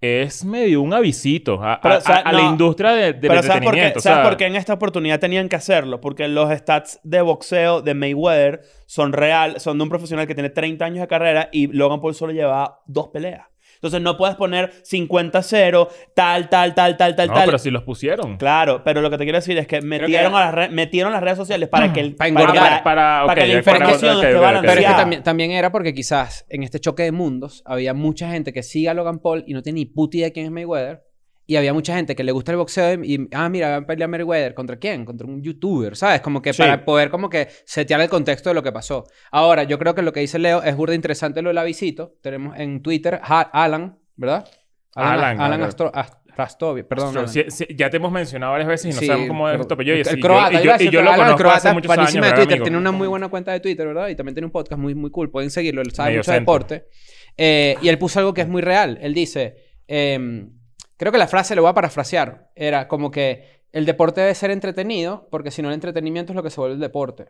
B: es medio un avisito a, a-
C: Pero, o sea,
B: a- a la
C: no.
B: industria de, del
C: Pero ¿sabes por, qué?
B: entretenimiento. o
C: ¿Sabes
B: sea,
C: por qué en esta oportunidad tenían que hacerlo? Porque los stats de boxeo de Mayweather son real, son de un profesional que tiene 30 años de carrera y Logan Paul solo llevaba dos peleas. Entonces no puedes poner 50-0, tal, tal, tal, tal, tal,
B: No,
C: tal.
B: pero si los pusieron.
C: Claro, pero lo que te quiero decir es que metieron,
D: que-
C: a las re- metieron las redes sociales para que el-
D: Para engordar,
B: para- para-
C: para
B: ok,
C: que la
B: para- ok,
C: información esté
B: ok, ok.
C: balanceada.
D: Pero es que
B: Ya.
D: también, también era porque quizás en este choque de mundos había mucha gente que sigue a Logan Paul y no tiene ni puta idea de quién es Mayweather. Y había mucha gente que le gusta el boxeo y, y, ah, mira, va a pelear Mayweather. ¿Contra quién? Contra un youtuber, ¿sabes? Como que
C: Sí.
D: para poder como que setear el contexto de lo que pasó. Ahora, yo creo que lo que dice Leo es burda interesante lo del avisito. Tenemos en Twitter a- Alan, ¿verdad?
B: Alan,
D: Alan
B: claro.
D: Astro- Ast- Rastovi, perdón.
B: Pero
D: Alan.
B: si- eh, si- ya te hemos mencionado varias veces y no
D: Sí,
B: sabemos cómo es
D: pero-
B: esto, pero yo,
D: el
B: sí, yo-
D: croata,
B: y yo,
D: iba a decir,
B: y yo
D: pero
B: lo
D: Alan, el
B: conozco hace
D: croata,
B: muchos años,
D: panísima de
B: ¿verdad,
D: Twitter,
B: amigo?
D: tiene una muy buena cuenta de Twitter, ¿verdad? Y también tiene un podcast muy, muy cool, pueden seguirlo, él sabe
B: Medio
D: mucho de
B: centro.
D: deporte. Eh, y él puso algo que es muy real, él dice, em, creo que la frase, lo voy a parafrasear, era como que el deporte debe ser entretenido, porque si no el entretenimiento es lo que se vuelve el deporte.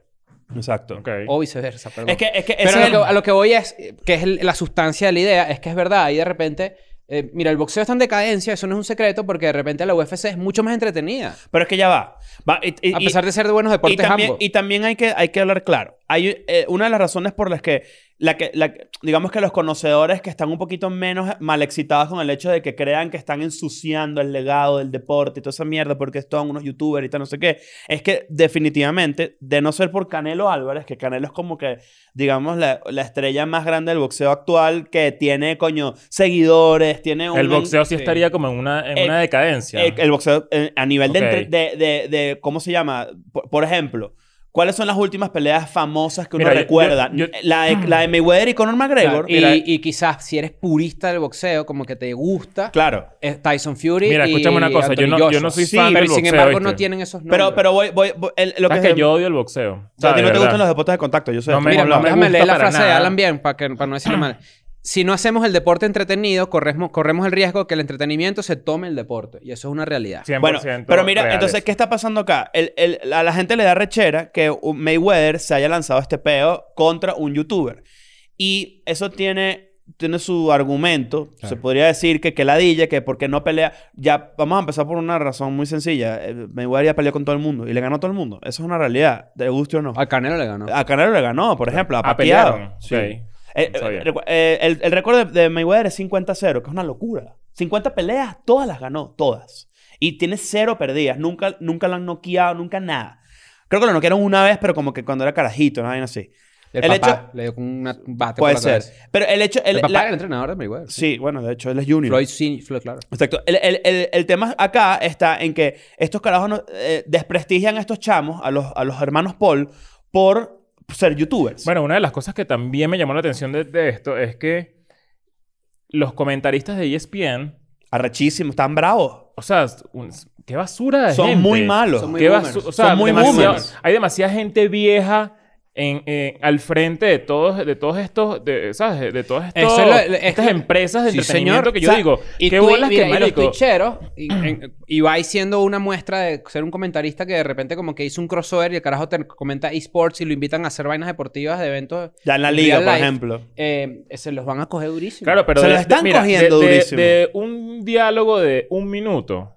C: Exacto.
B: Ok.
D: O viceversa, perdón.
C: Es que, es que ese
D: Pero a
C: es
D: lo,
C: el-
D: que, a lo que voy es, eh, que es el- la sustancia de la idea, es que es verdad. Y de repente, eh, mira, el boxeo está en decadencia, eso no es un secreto, porque de repente la UFC es mucho más entretenida.
C: pero es que ya va. Va, y- y-
D: A
C: y-
D: pesar de ser de buenos
C: y
D: deportes
C: también,
D: ambos.
C: y también hay que, hay que hablar claro. Hay- hay eh, una de las razones por las que, la que la que- digamos que los conocedores que están un poquito menos mal excitados con el hecho de que crean que están ensuciando el legado del deporte y toda esa mierda porque son unos youtubers y tal, no sé qué, es que definitivamente, de no ser por Canelo Álvarez, que Canelo es como que, digamos, la, la estrella más grande del boxeo actual que tiene, coño, seguidores, tiene un...
B: El boxeo sí
D: sí.
B: estaría como en una, en
C: Eh,
B: una decadencia.
C: Eh, el boxeo eh, a nivel de,
B: Ok.
C: entre- de, de- de- ¿Cómo se llama? Por, por ejemplo, ¿cuáles son las últimas peleas famosas que uno
B: Mira, yo-
C: recuerda?
B: yo- yo-
C: la, de, la de Mayweather y Conor McGregor.
D: Claro, eh, y,
B: mira-
D: y quizás si eres purista del boxeo, como que te gusta,
C: Claro.
D: es Tyson Fury.
B: Mira,
D: y
B: escúchame una cosa, yo
D: Anthony
B: no, yo
D: Joshua.
B: no soy
C: Sí,
B: fan
D: pero
B: del boxeo.
D: sin embargo no
B: ¿viste?
D: tienen esos nombres.
C: Pero, pero voy, voy, voy- el- lo que,
B: Sabes que
C: se-
B: yo odio el boxeo.
C: o sea, a ti
B: de
C: no te
B: verdad.
C: gustan los deportes de contacto, yo sé.
B: No
C: esto
B: me-
C: hemos
D: Mira,
B: no
C: hablado.
D: déjame
B: gusta
D: leer la
B: para
D: frase de
B: nada.
D: Alan bien para, que, para no decirlo mal. Si no hacemos el deporte entretenido, corremos, corremos el riesgo que el entretenimiento se tome el deporte. Y eso es una realidad.
B: 100%
C: Bueno, pero mira,
B: reales.
C: entonces, ¿qué está pasando acá? El- el- a la gente le da rechera que un- Mayweather se haya lanzado este peo contra un youtuber. Y eso tiene, tiene su argumento. Se podría decir que, que ladilla, que porque no pelea. Ya, vamos a empezar por una razón muy sencilla. Eh, Mayweather ya peleó con todo el mundo y le ganó a todo el mundo. Eso es una realidad, de guste o no.
D: Al Canelo le ganó.
C: A Canelo le ganó, por ejemplo, a
B: Ah,
C: Pacquiao.
B: pelearon.
C: Sí.
B: Ok.
C: Eh,
B: No sabía.
C: eh, recu- eh, el, el récord de, de Mayweather es 50-0, que es una locura. 50 peleas, todas las ganó, todas. Y tiene cero perdidas, nunca, nunca lo han noqueado, nunca nada. Creo que lo noquearon una vez, pero como que cuando era carajito, una vaina así.
D: El,
C: el
D: papá
C: hecho-
D: le dio con una, un bate por
C: Puede
D: la
C: ser.
D: cabeza.
C: Pero el hecho...
D: El,
C: El,
D: papá
C: la-
D: era el entrenador de Mayweather.
C: Sí, bueno, de hecho, él es junior.
D: Floyd, sí, Floyd, claro.
C: Exacto. El, el- el- el tema acá está en que estos carajos no- eh, desprestigian a estos chamos, a los, a los hermanos Paul, por ser youtubers.
B: Bueno, una de las cosas que también me llamó la atención de, de esto es que los comentaristas de E ESPN,
C: Arrechísimos, están bravos.
B: o sea, un- qué basura de
C: Son
B: gente.
C: muy malos.
D: Son muy
B: Qué
D: boomers.
B: basu- o sea,
C: Son muy
B: demasiado-
C: boomers.
B: hay demasiada gente vieja en, en- al frente de todos, de todos estos, de, ¿sabes? De- De todas
D: Eso es lo- es que-
B: estas empresas de
D: Sí,
B: entretenimiento
D: señor.
B: que yo
D: O sea,
B: digo,
D: y
B: qué
D: tú-
B: bolas
D: mira,
B: que
D: y los
B: marico.
D: tuicheros, y, en- y va siendo una muestra de ser un comentarista que de repente como que hizo un crossover y el carajo te comenta esports y lo invitan a hacer vainas deportivas de eventos.
C: Ya en la
D: en
C: liga,
D: real
C: por
D: life.
C: ejemplo.
D: Eh, se los van a coger durísimo.
B: Claro, pero
C: Se
B: de-
C: lo están
B: de- mira,
C: cogiendo
B: de, de-
C: durísimo.
B: de un diálogo de un minuto,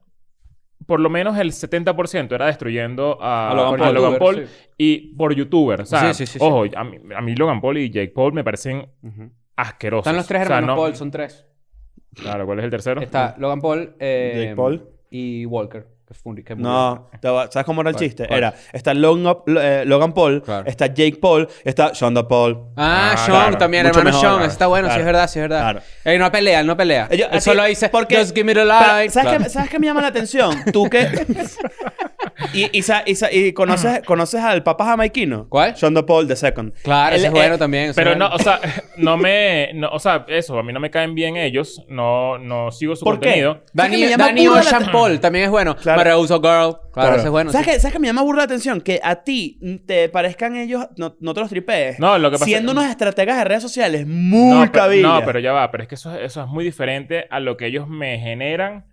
B: por lo menos el 70% era destruyendo a,
D: A Logan
B: a
D: Paul.
B: Logan Paul
D: Youtuber,
B: y por youtuber. O sea,
D: Sí, sí, sí, sí.
B: ojo, A, mí, a mí Logan Paul y Jake Paul me parecen
D: Ujú.
B: asquerosos.
D: Están los tres
B: O sea,
D: hermanos
B: no-
D: Paul, son tres.
B: Claro, ¿cuál es el tercero?
D: Está Logan Paul, eh,
C: Jake Paul.
D: y Walker. Que fue un- que murió.
C: No, te va- ¿sabes cómo era el
D: ¿Cuál?
C: chiste?
D: ¿Cuál?
C: Era, está Long Up- Lo- eh, Logan Paul,
D: Claro.
C: está Jake Paul, está Shonda Paul.
D: Ah,
B: Ah,
D: Sean
B: claro.
D: también,
C: Mucho
D: hermano
C: mejor,
D: Sean.
C: claro.
D: Está bueno, sí
C: Claro.
D: es verdad, sí es verdad.
C: Claro.
D: Él no pelea, él no pelea.
C: Yo-
D: él
C: así-
D: solo dice,
C: porque-
D: just give me the
C: Pero,
D: light.
C: ¿sabes, qué, ¿Sabes qué me llama la atención? Tú que... y, y sa- y sa- y conoces, conoces al papá jamaiquino.
D: ¿Cuál?
C: Shonda Paul, The Second.
D: Claro,
C: Él-
D: ese es bueno
C: eh,
D: también. ese
B: Pero
D: es
B: no,
D: bueno.
B: o sea, no me... no, o sea, eso, a mí no me caen bien ellos. No, no sigo su
C: ¿Por qué?
B: contenido.
C: ¿sabes que
D: Dani,
C: me llama
D: Dani
C: burda la
D: Ocean
C: aten-
D: Paul también es bueno.
C: Claro.
D: Marehuso Girl. Claro, ese es bueno.
C: ¿Sabes,
D: sí.
C: qué, ¿Sabes qué me llama burda la atención? Que a ti te parezcan ellos, no, no te los tripees.
B: No, lo que pasa-
C: Siendo unos estrategas de redes sociales muy
B: no, pero,
C: cabillas.
B: no, pero ya va. Pero es que eso, eso es muy diferente a lo que ellos me generan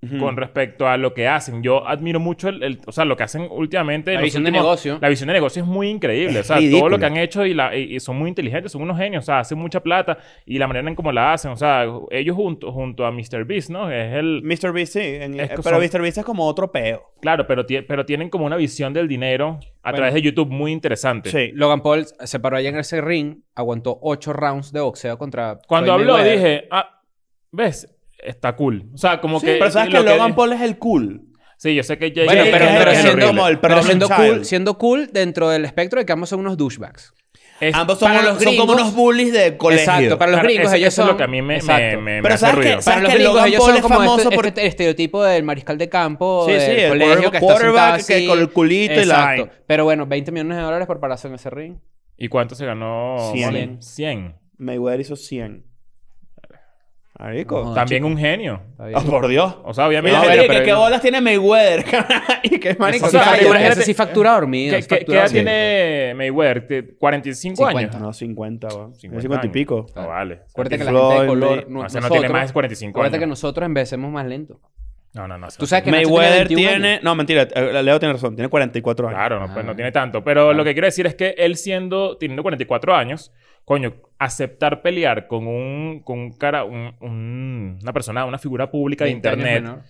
C: Ujú.
B: con respecto a lo que hacen. Yo admiro mucho el, el- o sea, lo que hacen últimamente.
D: La
B: los
D: visión de
B: últimos-
D: negocio.
B: La visión de negocio es muy increíble. o
C: Es
B: sea, todo
C: ridículo.
B: lo que han hecho y, la, y- y son muy inteligentes, son unos genios. O sea, hacen mucha plata y la manera en cómo la hacen. O sea, ellos junto, junto a Mr. Beast, ¿no? Es el.
C: Mr. Beast, sí. en-
B: Es que
C: pero
B: son-
C: Mr. Beast es como otro peo.
B: Claro, pero, tie- pero tienen como una visión del dinero a
C: Bueno.
B: través de YouTube muy interesante.
C: Sí.
D: Logan Paul se paró allá en ese ring, aguantó ocho rounds de boxeo contra.
B: Cuando
D: Floyd
B: habló
D: Mayweather.
B: dije, ah, ¿ves? Está cool. O sea, como
C: Sí,
B: que.
C: pero sabes
B: lo
C: que Logan Paul es el cool.
B: Sí, yo sé que Jake
D: Bueno,
C: Sí, que
D: pero,
C: es
D: pero
C: el que
D: siendo,
C: como el
D: pero siendo
C: problem
D: cool,
C: child.
D: siendo cool dentro del espectro de que ambos son unos douchebags.
B: es-
C: Ambos son,
D: para
C: unos-
D: los
C: son como
D: gringos-
C: unos bullies de colegio.
D: Exacto, para los
B: claro,
D: gringos
B: ese-
D: ellos
B: eso
D: son.
B: es lo que a mí me, me,
D: Exacto.
B: me, me
C: Pero
B: hace
C: ¿sabes qué?
B: ruido.
C: ¿Sabes
D: Para los
C: que
D: gringos
C: Logan
D: ellos
C: Paul
D: son
C: es
D: como
C: famoso
D: este,
C: por-
D: este estereotipo del mariscal de campo,
C: Sí,
D: del
C: sí, el
D: colegio que está
C: quarterback
D: sentado
C: que
D: así.
C: con el culito y la vaina.
D: Pero bueno, 20 millones de dólares por pararse en ese ring.
B: ¿Y cuánto se ganó?
C: Cien.
B: Money? Cien.
C: Mayweather hizo 100. Marico.
D: No,
B: También un genio.
D: Está
C: Ah,
D: bien.
C: por Dios.
B: O sea, obviamente.
C: Mira,
D: No,
C: gente
D: bueno,
C: que-
D: pero-
C: que qué bolas tiene Mayweather. y que marico.
B: Eso sí,
C: cállate.
B: pero imagínate-
D: Ese sí factura dormida.
B: ¿Qué,
D: es
B: qué- qué
D: factura
B: edad
D: dormida.
B: tiene Mayweather? ¿Te- ¿45
D: 50.
B: años?
C: No, 50, weón. 50,
B: 50
C: y
B: años.
C: pico.
B: No vale.
D: Acuérdate que la
C: Floyd,
D: gente de
C: May-
D: color...
B: No,
D: no-
B: o sea, no tiene
D: nosotros-
B: más de 45
D: Acuérdate que
B: años.
D: nosotros envejecemos más lento.
B: No, no, no.
D: Tú sabes que Nacho
C: Mayweather
D: tenía 21
C: tiene.
D: años.
C: No, mentira. eh, Leo tiene razón. Tiene 44 años.
B: Claro, no, pues,
D: Ah.
B: no tiene tanto. Pero lo que quiero decir es que él siendo, teniendo 44 años, coño, aceptar pelear con un, con un cara, un- un- una persona, una figura pública de
D: 20 años
B: internet
D: menor.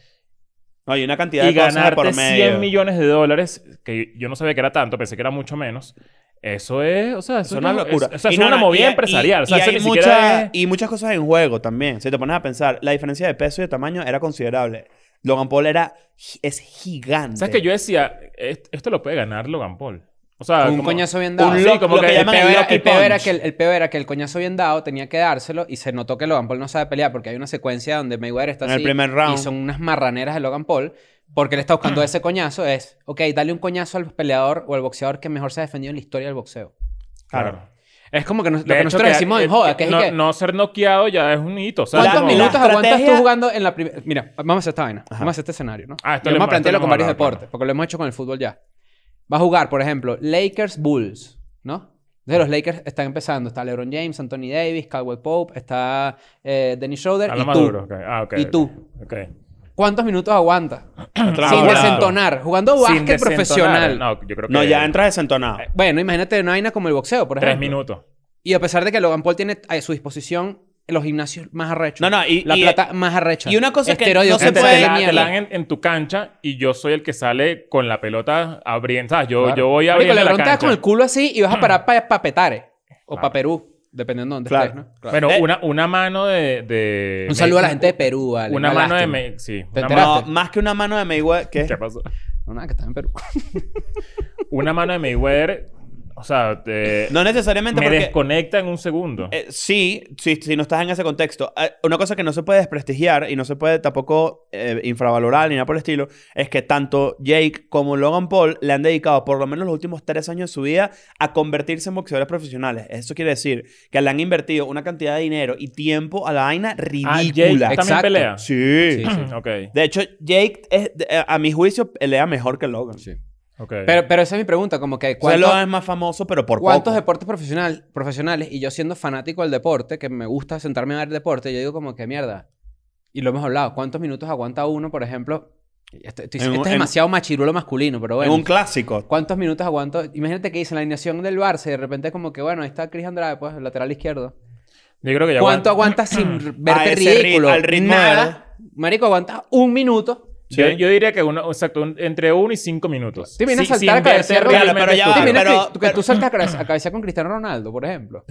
C: No, hay una cantidad
B: y
C: de cosas de
B: ganarte
C: por
B: 100
C: medio.
B: millones de dólares, que yo no sabía que era tanto, pensé que era mucho menos, Eso es, o sea, eso
C: Es una
B: no-
C: locura.
B: es- o sea,
C: Y
B: es
C: no,
B: una
C: no,
B: movida
C: y-
B: empresarial.
C: Y,
B: o sea,
C: y
B: eso
C: hay
B: ni
C: mucha-
B: siquiera es-
C: y muchas cosas en juego también. Si te pones a pensar, la diferencia de peso y de tamaño era considerable. Logan Paul era, gi- es gigante.
B: ¿Sabes que yo decía? "Est- Esto lo puede ganar Logan Paul. O sea,
D: un
B: como-
D: coñazo bien dado.
C: un
B: Sí,
C: lock,
B: como
C: lo
B: que
C: que
B: el
D: El
C: llaman
D: peor,
C: el
D: era,
C: Lucky
D: el peor era
C: punch.
D: que el, el peor era que el coñazo bien dado tenía que dárselo y se notó que Logan Paul no sabe pelear porque hay una secuencia donde Mayweather está
C: En el
D: así
C: primer round.
D: y son unas marraneras de Logan Paul porque él está buscando ese coñazo es, ok, dale un coñazo al peleador o al boxeador que mejor se ha defendido en la historia del boxeo.
C: Claro.
D: Es como que nos-
B: De
D: lo que
B: hecho,
D: nosotros
B: que-
D: decimos
B: eh,
D: en joda, que es
B: no,
D: que
B: no ser noqueado ya es un hito. o sea,
D: ¿Cuántos
B: como-
D: minutos
C: la
D: aguantas tú
C: estrategia-
D: jugando en la primera? Mira, vamos a hacer esta vaina. Vamos a hacer este escenario, ¿no?
B: Ah, esto
D: Y
B: lo hemos-
D: vamos a
B: esto lo
D: plantearlo con
B: hemos
D: varios
B: hablado,
D: deportes, porque lo hemos hecho con el fútbol ya. Va a jugar, por ejemplo, Lakers Bulls, ¿no? Entonces los Lakers están empezando. Está LeBron James, Anthony Davis, Caldwell Pope, está eh, Dennis Schroeder
B: Habla
D: y
B: más
D: tú.
B: duro, ok. Ah, ok,
D: Y
B: ok,
D: tú.
B: ok.
D: ¿Cuántos minutos aguantas?
C: Otra
D: Sin
C: hora.
D: desentonar. Jugando
B: Sin
D: básquet
B: desentonar.
D: profesional.
B: No, yo creo que
C: No, ya entras desentonado.
D: Bueno, imagínate una vaina como el boxeo, por ejemplo.
B: tres minutos.
D: Y a pesar de que Logan Paul tiene a su disposición los gimnasios más arrechos.
C: No, no, y-
D: La
C: y-
D: plata más arrecha.
C: y una cosa que
D: Esteroides,
C: no se
B: Gente,
D: cantidad
C: puede-
D: de
B: te, la, te
D: mierda.
B: la dan en, en tu cancha y yo soy el que sale con la pelota abriendo. ¿sabes? Yo, yo voy
D: Marico,
B: abriendo la
D: LeBron te da
B: cancha.
D: con el culo así y vas a parar para Petare. eh. O
B: Claro.
D: para Perú, dependiendo de dónde
C: Claro.
D: estés, ¿no?
B: Bueno,
C: Eh.
B: una, una mano de, de-
D: Un saludo a la
B: me-
D: gente de Perú, vale.
B: Una mano de...
D: lástima.
B: me- sí. una mano-
D: ¿Te
C: No,
D: enteraste?
C: más que una mano de Mayweather. ¿Qué?
B: ¿Qué pasó?
D: No, nada, que estás en Perú.
B: Una mano de Mayweather... O sea, te-
C: No necesariamente
B: me
C: porque...
B: desconecta en un segundo.
C: Eh, sí, sí, si no estás en ese contexto. Eh, una cosa que no se puede desprestigiar y no se puede tampoco eh, infravalorar ni nada por el estilo es que tanto Jake como Logan Paul le han dedicado por lo menos los últimos tres años de su vida a convertirse en boxeadores profesionales. Eso quiere decir que le han invertido una cantidad de dinero y tiempo a la vaina
B: ah, Jake
C: ridícula.
B: también
D: Exacto.
B: pelea.
C: sí.
D: Sí, sí.
B: Ok,
C: De hecho, Jake, es- de- eh, a mi juicio, pelea mejor que Logan.
D: Sí.
B: ok.
D: Pero, pero esa es mi pregunta, como que...
C: O sea,
D: ¿cuántos-
C: Logan es más famoso, pero por
D: ¿Cuántos
C: poco.
D: deportes profesional, profesionales, y yo siendo fanático del deporte, que me gusta sentarme a ver deporte, yo digo como que mierda. Y lo hemos hablado, ¿cuántos minutos aguanta uno, por ejemplo? Este, estoy-
C: En un-
D: esto es
C: en-
D: demasiado machirulo masculino, pero bueno.
C: En un clásico.
D: ¿Cuántos minutos aguanto? Imagínate que dicen la alineación del Barça y de repente como que, bueno, ahí está Chris Andrade, pues, el lateral izquierdo.
B: Yo creo que ya
D: ¿Cuánto aguantas sin verte
C: A ese rit-
D: ridículo?
C: al ritmo
D: Nada. Marico, aguantas un minuto.
C: Sí.
B: Yo, yo diría que uno, exacto, un- entre uno y cinco minutos.
D: Te vienes
B: Sí,
D: a saltar
B: sin
D: a
B: verte
D: cabecear,
B: realmente
C: claro, pero ya
B: tú.
C: va,
D: ¿Te imaginas
C: pero-
D: que- que,
C: pero-
D: tú saltas a cabeza- a cabecear con Cristiano Ronaldo, por ejemplo.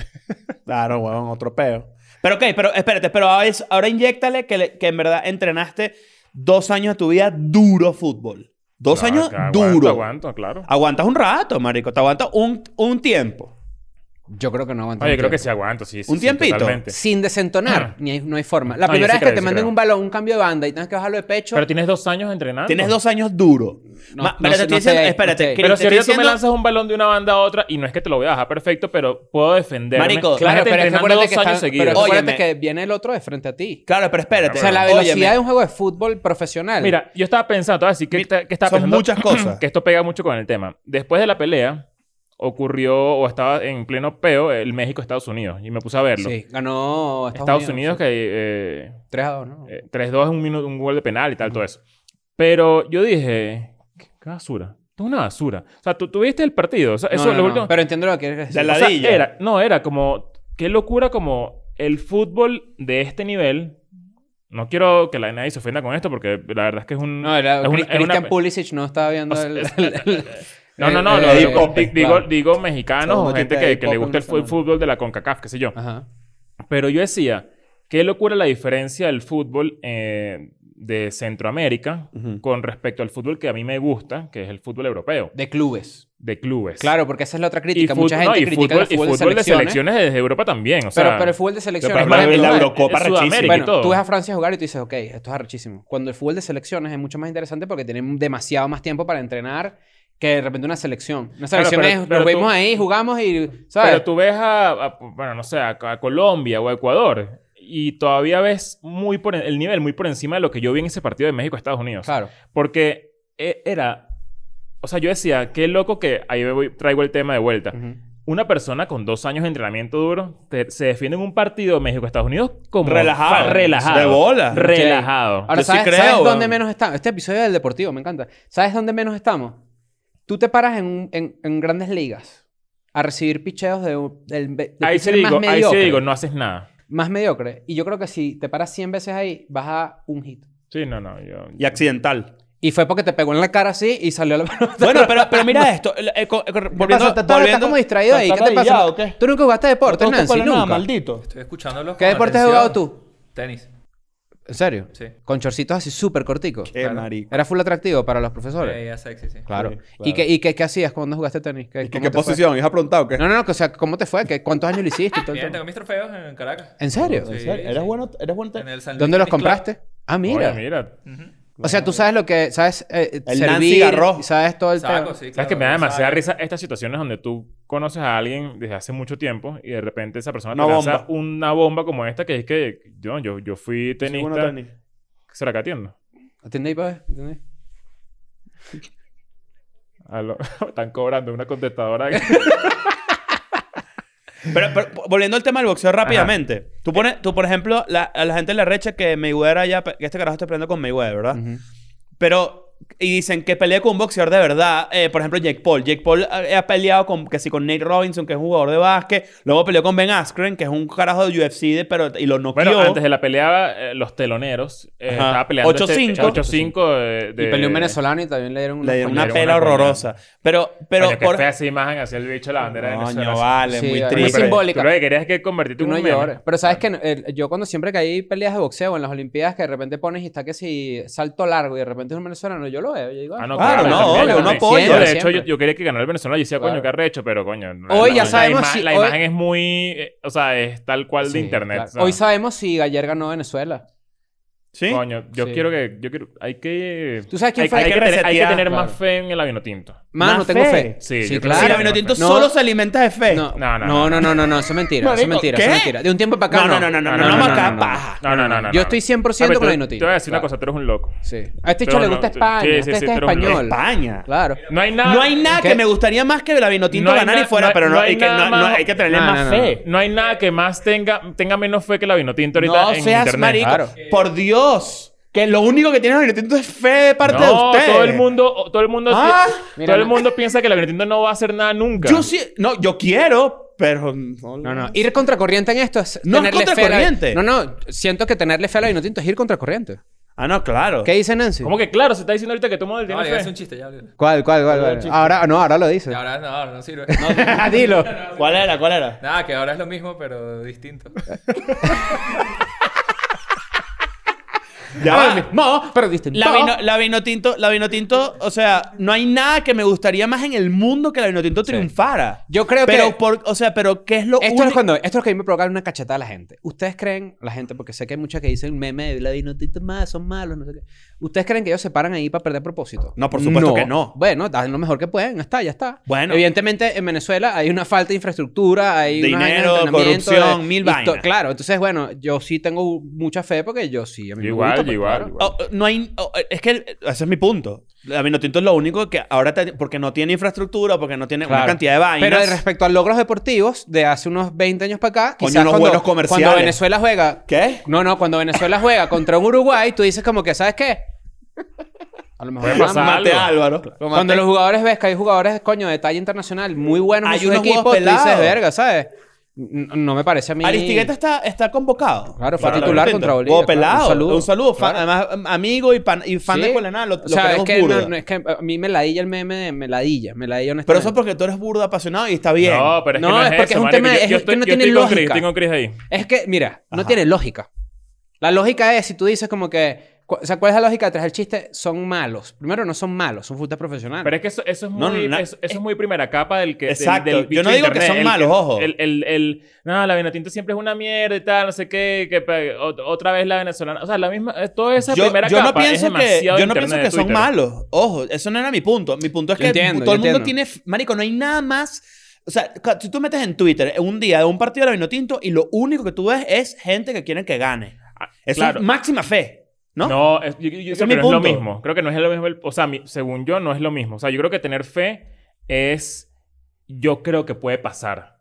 C: Claro, huevón, otro peo. Pero ok, pero espérate, pero ahora, es- ahora inyéctale que, le- que en verdad entrenaste dos años de tu vida duro fútbol. Dos
B: Claro,
C: años
B: que aguanto,
C: duro.
B: Aguanto, claro.
C: Aguantas un rato, marico. Te aguantas un, un tiempo.
D: Yo creo que no aguanta.
B: Oye,
D: un
B: creo que
D: tiempo.
B: sí aguanto, sí. sí,
C: ¿Un
B: sí,
C: tiempito?
B: totalmente.
D: Sin desentonar, ni hay- no hay forma. La
B: Ah. No, yo
D: primera
B: sí
D: vez
B: creo,
D: que te
B: sí
D: manden
B: creo.
D: un balón, un cambio de banda y tengas que bajarlo de pecho,
B: Pero tienes dos años entrenando.
C: Tienes dos años duro.
D: No,
C: Ma-
D: no
C: pero te
D: sé,
C: estoy
D: no sé,
C: diciendo-
D: no
C: espérate,
D: sé.
C: que
B: Pero
C: te
B: si
C: estoy
B: ahorita tú me
C: diciendo-
B: lanzas un balón de una banda a otra y no es que te lo voy a dejar perfecto, pero puedo defenderme.
C: Marico,
B: La gente
D: claro, pero es que
B: entrenando
D: acuérdate
B: dos
D: que,
B: años
D: están-
B: seguidos.
D: pero acuérdate
C: Óyeme.
D: que viene el otro de frente a ti.
C: Claro, pero espérate.
D: O sea, la
C: Óyeme.
D: velocidad de un juego de fútbol profesional.
B: Mira, yo estaba pensando, ah, te voy a decir que,
C: Mira,
B: que estaba
C: son
B: pensando-
C: muchas cosas.
B: que esto pega mucho con el tema. Después de la pelea, ocurrió o estaba en pleno peo el México-Estados Unidos y me puse a verlo.
D: sí, ganó Estados,
B: Estados Unidos,
D: sí.
B: que eh,
D: 3 a 2, ¿no?
B: eh, 3-2 es un, minuto, un gol de penal y tal, todo eso. Pero yo dije, qué, qué basura. Esto es una basura. O sea, tú tuviste el partido. O sea,
D: No,
B: eso
D: no,
B: lo
D: no,
B: último-
D: Pero entiendo lo que quieres decir.
C: De la-
B: O sea,
C: Ladilla.
B: era, no, era como, qué locura como el fútbol de este nivel. No quiero que la, nadie se ofenda con esto porque la verdad es que es un...
D: No, era,
B: es un-
D: Cri-
B: es una
D: Christian
B: pe-
D: Pulisic no estaba viendo
B: O sea,
D: el,
B: es-
D: el- el-
B: No, no, no.
D: el-
B: lo-
D: el-
B: lo-
C: Hip-hop,
B: di- digo,
C: claro.
B: digo mexicanos
C: Somos
B: o gente
C: gente de
B: que, que le
C: hip-hop
B: gusta el
C: venezolano.
B: fu- fútbol de la CONCACAF, qué sé yo.
D: Ajá.
B: Pero yo decía, qué locura la diferencia del fútbol eh, de Centroamérica
C: Ujú.
B: con respecto al fútbol que a mí me gusta, que es el fútbol europeo,
D: De clubes.
B: de clubes.
D: Claro, porque esa es la otra
B: y
D: crítica.
B: fútbol,
D: Mucha
B: no,
D: gente
B: y
D: critica
B: fútbol,
D: el
B: y
D: fútbol, de
B: fútbol de
D: selecciones.
B: selecciones desde Europa también. O sea,
D: pero, pero el fútbol de selecciones...
C: pero
D: por
C: la-
D: ejemplo,
C: la
D: es-
C: Eurocopa
B: es Sudamérica
C: rechísima.
B: y
D: Bueno,
B: todo.
D: tú ves a Francia jugar y tú dices, ok, esto es arrechísimo. Cuando el fútbol de selecciones es mucho más interesante porque tienen demasiado más tiempo para entrenar que de repente una selección. Una selección
B: pero-
D: es,
B: pero
D: nos
B: tú-
D: vemos ahí, jugamos y, ¿sabes?
B: Pero tú ves a, a- bueno, no sé, a, a Colombia o a Ecuador y todavía ves muy por en- el nivel muy por encima de lo que yo vi en ese partido de México-Estados Unidos.
D: Claro.
B: Porque e- era, o sea, yo decía, qué loco que ahí voy- traigo el tema de vuelta. Una persona con dos años de entrenamiento duro te- se defiende en un partido de México-Estados Unidos como
C: Relajado.
B: fa- relajado.
C: De bola.
B: Relajado.
D: Ahora,
C: Yo sí
D: ¿sabes,
C: creo,
D: sabes
C: weón.
D: dónde menos estamos? Este episodio del Deportivo, me encanta. ¿Sabes dónde menos estamos? Tú te paras en, un- en, en grandes ligas a recibir picheos de, un- del, del
B: ahí se
D: pitcher
B: digo,
D: más
B: ahí se
D: mediocre.
B: digo, no haces nada.
D: Más mediocre. Y yo creo que si te paras 100 veces ahí, vas a un hit.
B: Sí, no, no. Yo,
C: Y accidental.
D: Y fue porque te pegó en la cara así y salió la pelota.
C: Bueno, pero, pero mira esto. el- eh, co- eh, co-
D: ¿Qué pasa?
C: volviendo-
D: Está- está- está
C: volviendo-
D: como distraído ahí. ¿Qué te pasa?
C: ¿Estás rayado o qué?
D: Tú nunca jugaste deportes,
C: No te
D: Nancy,
C: acuerdas nada,
D: nunca.
C: maldito.
E: Estoy escuchándolo.
D: ¿Qué
E: con
D: deporte has
E: atención.
D: jugado tú?
E: Tenis.
D: ¿En serio?
E: Sí.
D: Con chorcitos así súper corticos.
C: Qué
E: Claro.
C: marico.
D: Era full atractivo para los profesores.
E: Eh, ya sexy, sí.
D: Claro.
C: Sí,
D: ¿Y,
C: claro.
D: qué, y qué, qué hacías cuando jugaste tenis? ¿Qué,
C: ¿Y qué,
D: cómo
C: qué
D: te fue?
C: posición? ¿Habías preguntado o qué?
D: No, no, no, que, o sea, ¿cómo te fue? ¿Qué, ¿Cuántos años lo hiciste? y todo el
E: Bien, tengo
D: tema?
E: mis trofeos en Caracas.
D: ¿En serio?
E: Sí,
C: ¿Eres
E: sí.
C: bueno? ¿Eres bueno? te-
E: En el San Luis
D: ¿Dónde los
E: Tennis Club.
D: compraste? Ah, mira.
B: Oye, mira.
E: Ujú.
D: O sea, tú sabes lo que... ¿Sabes? eh,
C: El
D: servir,
C: Nancy Garros.
D: ¿Sabes todo el
E: Saco,
D: tema?
E: sí,
B: ¿Sabes
E: claro,
B: que me da
E: saco.
B: demasiada risa estas situaciones donde tú conoces a alguien desde hace mucho tiempo y de repente esa persona te
C: Una
B: lanza
C: bomba.
B: una bomba como esta que es que yo, yo, yo fui
C: Sí, bueno,
B: tenista.
C: tenis.
B: ¿Será que atiendo?
D: ¿Entendéis, pues? ¿Entendéis?
B: A lo- Están cobrando una contestadora.
C: Pero, pero, volviendo al tema del boxeo rápidamente. Tú, pones, tú, por ejemplo, la, a la gente le recha que Mayweather allá... Que este carajo está peleando con Mayweather, ¿verdad?
D: Ujú.
C: Pero... Y dicen que pelea con un boxeador de verdad. Eh, por ejemplo, Jake Paul. Jake Paul eh, ha peleado con, que sí, con Nate Robinson, que es un jugador de básquet. Luego peleó con Ben Askren, que es un carajo de UFC, de- pero, y lo noqueó.
B: bueno, antes de la pelea, eh, los teloneros eh,
C: Ajá.
B: estaba peleando.
C: 8-5.
B: 8-5 de, de-
D: Y peleó un venezolano y también le dieron una...
C: Le dieron
D: coña.
C: una
B: dieron
C: pela
B: una coña.
C: horrorosa. Pero, pero
B: Coño, qué
C: por...
B: fea esa imagen hacia el bicho de la bandera de Venezuela.
C: Coño, vale,
D: Sí,
C: muy
D: vale.
B: Pero-
C: triste.
D: Es simbólica.
B: Tú lo que querías es que convertirte
D: Tú
B: en
D: no
B: un meme.
D: llores. Pero sabes que eh, yo cuando siempre que hay peleas de boxeo en las Olimpiadas que de repente pones y está que si salto largo y de repente es un venezolano, yo lo veo. Yo digo,
B: Ah, no,
C: Claro,
B: claro,
C: no,
B: también,
C: obvio,
B: también.
C: uno apoya.
B: No, de hecho,
D: Siempre.
B: yo, yo quería que ganara el venezolano y decía, coño,
D: Claro.
B: qué arrecho, pero coño.
D: Hoy ya
B: la
D: sabemos
B: ima-
D: si-
B: La
D: hoy-
B: imagen es muy. eh, o sea, es tal cual de
D: Sí,
B: internet.
D: claro.
B: o sea,
D: Hoy sabemos si Galler ganó Venezuela.
C: ¿Sí?
B: Coño, yo
D: Sí.
B: quiero que. Yo quiero, hay que.
D: ¿Tú sabes quién
B: hay,
D: fue?
B: hay
C: Hay
B: que,
C: que
B: tener, hay que
C: resetear,
B: tener más
D: claro.
B: fe en el avino tinto.
D: Mano,
C: Más
D: tengo fe.
C: fe.
B: Sí, yo creo que
D: claro.
C: Si
B: sí,
C: la Vinotinto
D: No.
C: solo se alimenta de fe.
D: No,
B: No, no,
D: no, no, no, no, no, eso es mentira, eso es
C: Marico,
D: mentira,
C: ¿qué?
D: eso es mentira. De un tiempo para acá
C: No, no, no, no, no,
B: no,
C: no,
B: no,
C: acá,
B: no.
C: paja.
B: Ah, No, no, no, no.
D: Yo
B: no.
D: estoy 100%
B: Ah, pero
D: con la
B: tú-
D: Vinotinto.
B: Te voy a decir una
D: Claro.
B: cosa, tú eres un loco.
D: Sí. A este
B: Pero
D: chico le
B: no,
D: gusta
B: tú-
D: España,
B: sí, sí,
D: este,
B: sí,
D: este es
B: tú eres un
D: español.
C: España.
D: Claro.
B: No hay nada.
C: No hay nada
D: ¿Qué?
C: que me gustaría más que la Vinotinto
B: No hay
C: ganar y
B: na- no
C: fuera,
B: hay-
C: pero no,
B: no hay
C: hay que,
B: nada
C: no, no,
B: más-
C: hay que tenerle
D: No,
C: más
D: no, no.
C: fe.
B: No hay nada que más tenga, tenga menos fe que el avinotinto ahorita
C: No
B: en
C: seas
B: internet.
C: marico.
D: Claro.
C: Por Dios. Que lo único que tiene la Vinotinto es fe de parte de
B: no,
C: usted.
B: todo el mundo, todo el mundo,
C: Ah.
B: todo
D: Mira,
B: el
D: no.
B: mundo piensa que el avinotinto no va a hacer nada nunca.
C: Yo sí. No, yo quiero, pero. No,
D: No, no, ir contracorriente en esto es
C: No es
D: tenerle fe a la-
C: contracorriente.
D: No, no, siento que tenerle fe a la Vinotinto es ir contracorriente.
C: Ah, no, claro.
D: ¿Qué dice Nancy?
B: Como que claro, se está diciendo ahorita que todo el mundo
E: No,
B: tiene
E: vale, es
B: fe.
E: un chiste, ya. olvídalo.
D: ¿Cuál, cuál, cuál? cuál? Ahora, no, ahora lo dice.
E: Ya, Ahora no, ahora no sirve.
D: Dilo.
C: ¿Cuál era? ¿Cuál era?
D: Ah,
E: Nada, que ahora es lo mismo, pero distinto.
C: Ya va.
D: No, pero distinto.
C: La, vino, la Vinotinto, la Vinotinto, o sea, no hay nada que me gustaría más en el mundo que la Vinotinto triunfara.
D: Yo creo que-
C: pero Por, o sea, pero ¿qué es lo
D: Esto es,
C: único?
D: cuando, esto es lo que a mí me provoca una cachetada a la gente. ¿Ustedes creen, la gente, porque sé que hay muchas que dicen meme de la dinotita más, son malos, no sé qué. ¿Ustedes creen que ellos se paran ahí para perder propósito?
C: No, por supuesto que no.
D: Bueno, dan lo mejor que pueden, ya está, ya está.
C: Bueno.
D: Evidentemente, en Venezuela hay una falta de infraestructura, hay
C: De
D: una vaina de
C: dinero,
D: entrenamiento,
C: corrupción, mil
D: histo-
C: vainas.
D: Claro, entonces, bueno, yo sí tengo mucha fe porque yo sí. A mí me
B: Igual,
D: gusta, pues,
B: igual,
D: claro.
B: igual.
C: Oh, oh, no hay, oh, es que el- ese es mi punto. La Vinotinto es lo único que ahora te- porque no tiene infraestructura, porque no tiene una
D: Claro.
C: cantidad de vainas.
D: Pero respecto a logros deportivos, de hace unos 20 años para acá,
C: Coño,
D: quizás
C: unos
D: cuando,
C: buenos comerciales.
D: cuando Venezuela juega...
C: ¿Qué?
D: No, no, cuando Venezuela juega contra un Uruguay, tú dices como que, ¿sabes qué? A lo mejor...
B: Puede pasar.
C: Mate
B: algo.
C: Álvaro.
D: Cuando Cuando los jugadores ves que hay jugadores, coño, de talla internacional muy buenos
C: Hay
D: en sus
C: unos huevos
D: equipos, tú dices,
C: pelados.
D: verga, ¿sabes? N- No me parece a mí...
C: Aristigueta está, está convocado.
D: Claro, fue
C: Para la
D: titular
C: Vinotinto.
D: contra Bolivia,
C: Huevo
D: claro,
C: pelado.
D: un saludo.
C: Un saludo. fan- Además, amigo y, pan- y fan
D: Sí.
C: de Cuelená. Lo, lo
D: o sea, es
C: queremos
D: que, no-
C: burda.
D: no, es que a mí me ladilla el meme de me ladilla, me ladilla
C: Pero
D: honestamente.
C: eso es porque tú eres burdo apasionado y está bien.
B: No, pero es
D: No,
B: que no
D: es
B: es,
D: porque
B: eso,
D: es un
B: marico.
D: tema-
B: Yo-
D: es
B: yo
D: que
B: estoy-
D: no
B: yo
D: tiene
B: estoy con Chris,
D: lógica.
B: estoy con Chris ahí.
D: Es que, mira, no
C: Ajá.
D: tiene lógica. La lógica es, si tú dices como que... cu- O sea, ¿cuál es la lógica detrás del chiste? Son malos. Primero, no son malos, son futbolistas profesionales.
B: Pero es que eso, eso es muy,
C: No, no, no.
B: eso, eso es muy primera capa del que... del-
C: Exacto.
B: del
C: Yo
B: bicho
C: no
B: de
C: digo que
B: internet,
C: son
B: el
C: malos, ojo.
B: El, el, el- no, la Vinotinto siempre es una mierda y tal, no sé qué, que pe- ot- otra vez la venezolana. O sea, la misma, eh, toda esa primera
C: yo
B: capa
C: no pienso
B: es
C: que,
B: demasiado
C: yo no
B: internet
C: pienso
B: de
C: que son
B: Twitter.
C: malos. Ojo, eso no era mi punto. Mi punto es
D: Yo
C: que
D: entiendo,
C: todo el
D: yo
C: mundo
D: entiendo.
C: tiene. f- Marico, no hay nada más. O sea, ca- si tú metes en Twitter un día de un partido de la Vinotinto y lo único que tú ves es gente que quieren que gane.
B: Ah,
C: Eso
B: claro.
C: es máxima fe, ¿no?
B: No, es, yo, yo- yo creo
C: Ese es
B: que
C: mi
B: no es lo
C: punto.
B: mismo. Creo que no es lo mismo. el- o sea, mi- según yo, no es lo mismo. O sea, yo creo que tener fe es. Yo creo que puede pasar.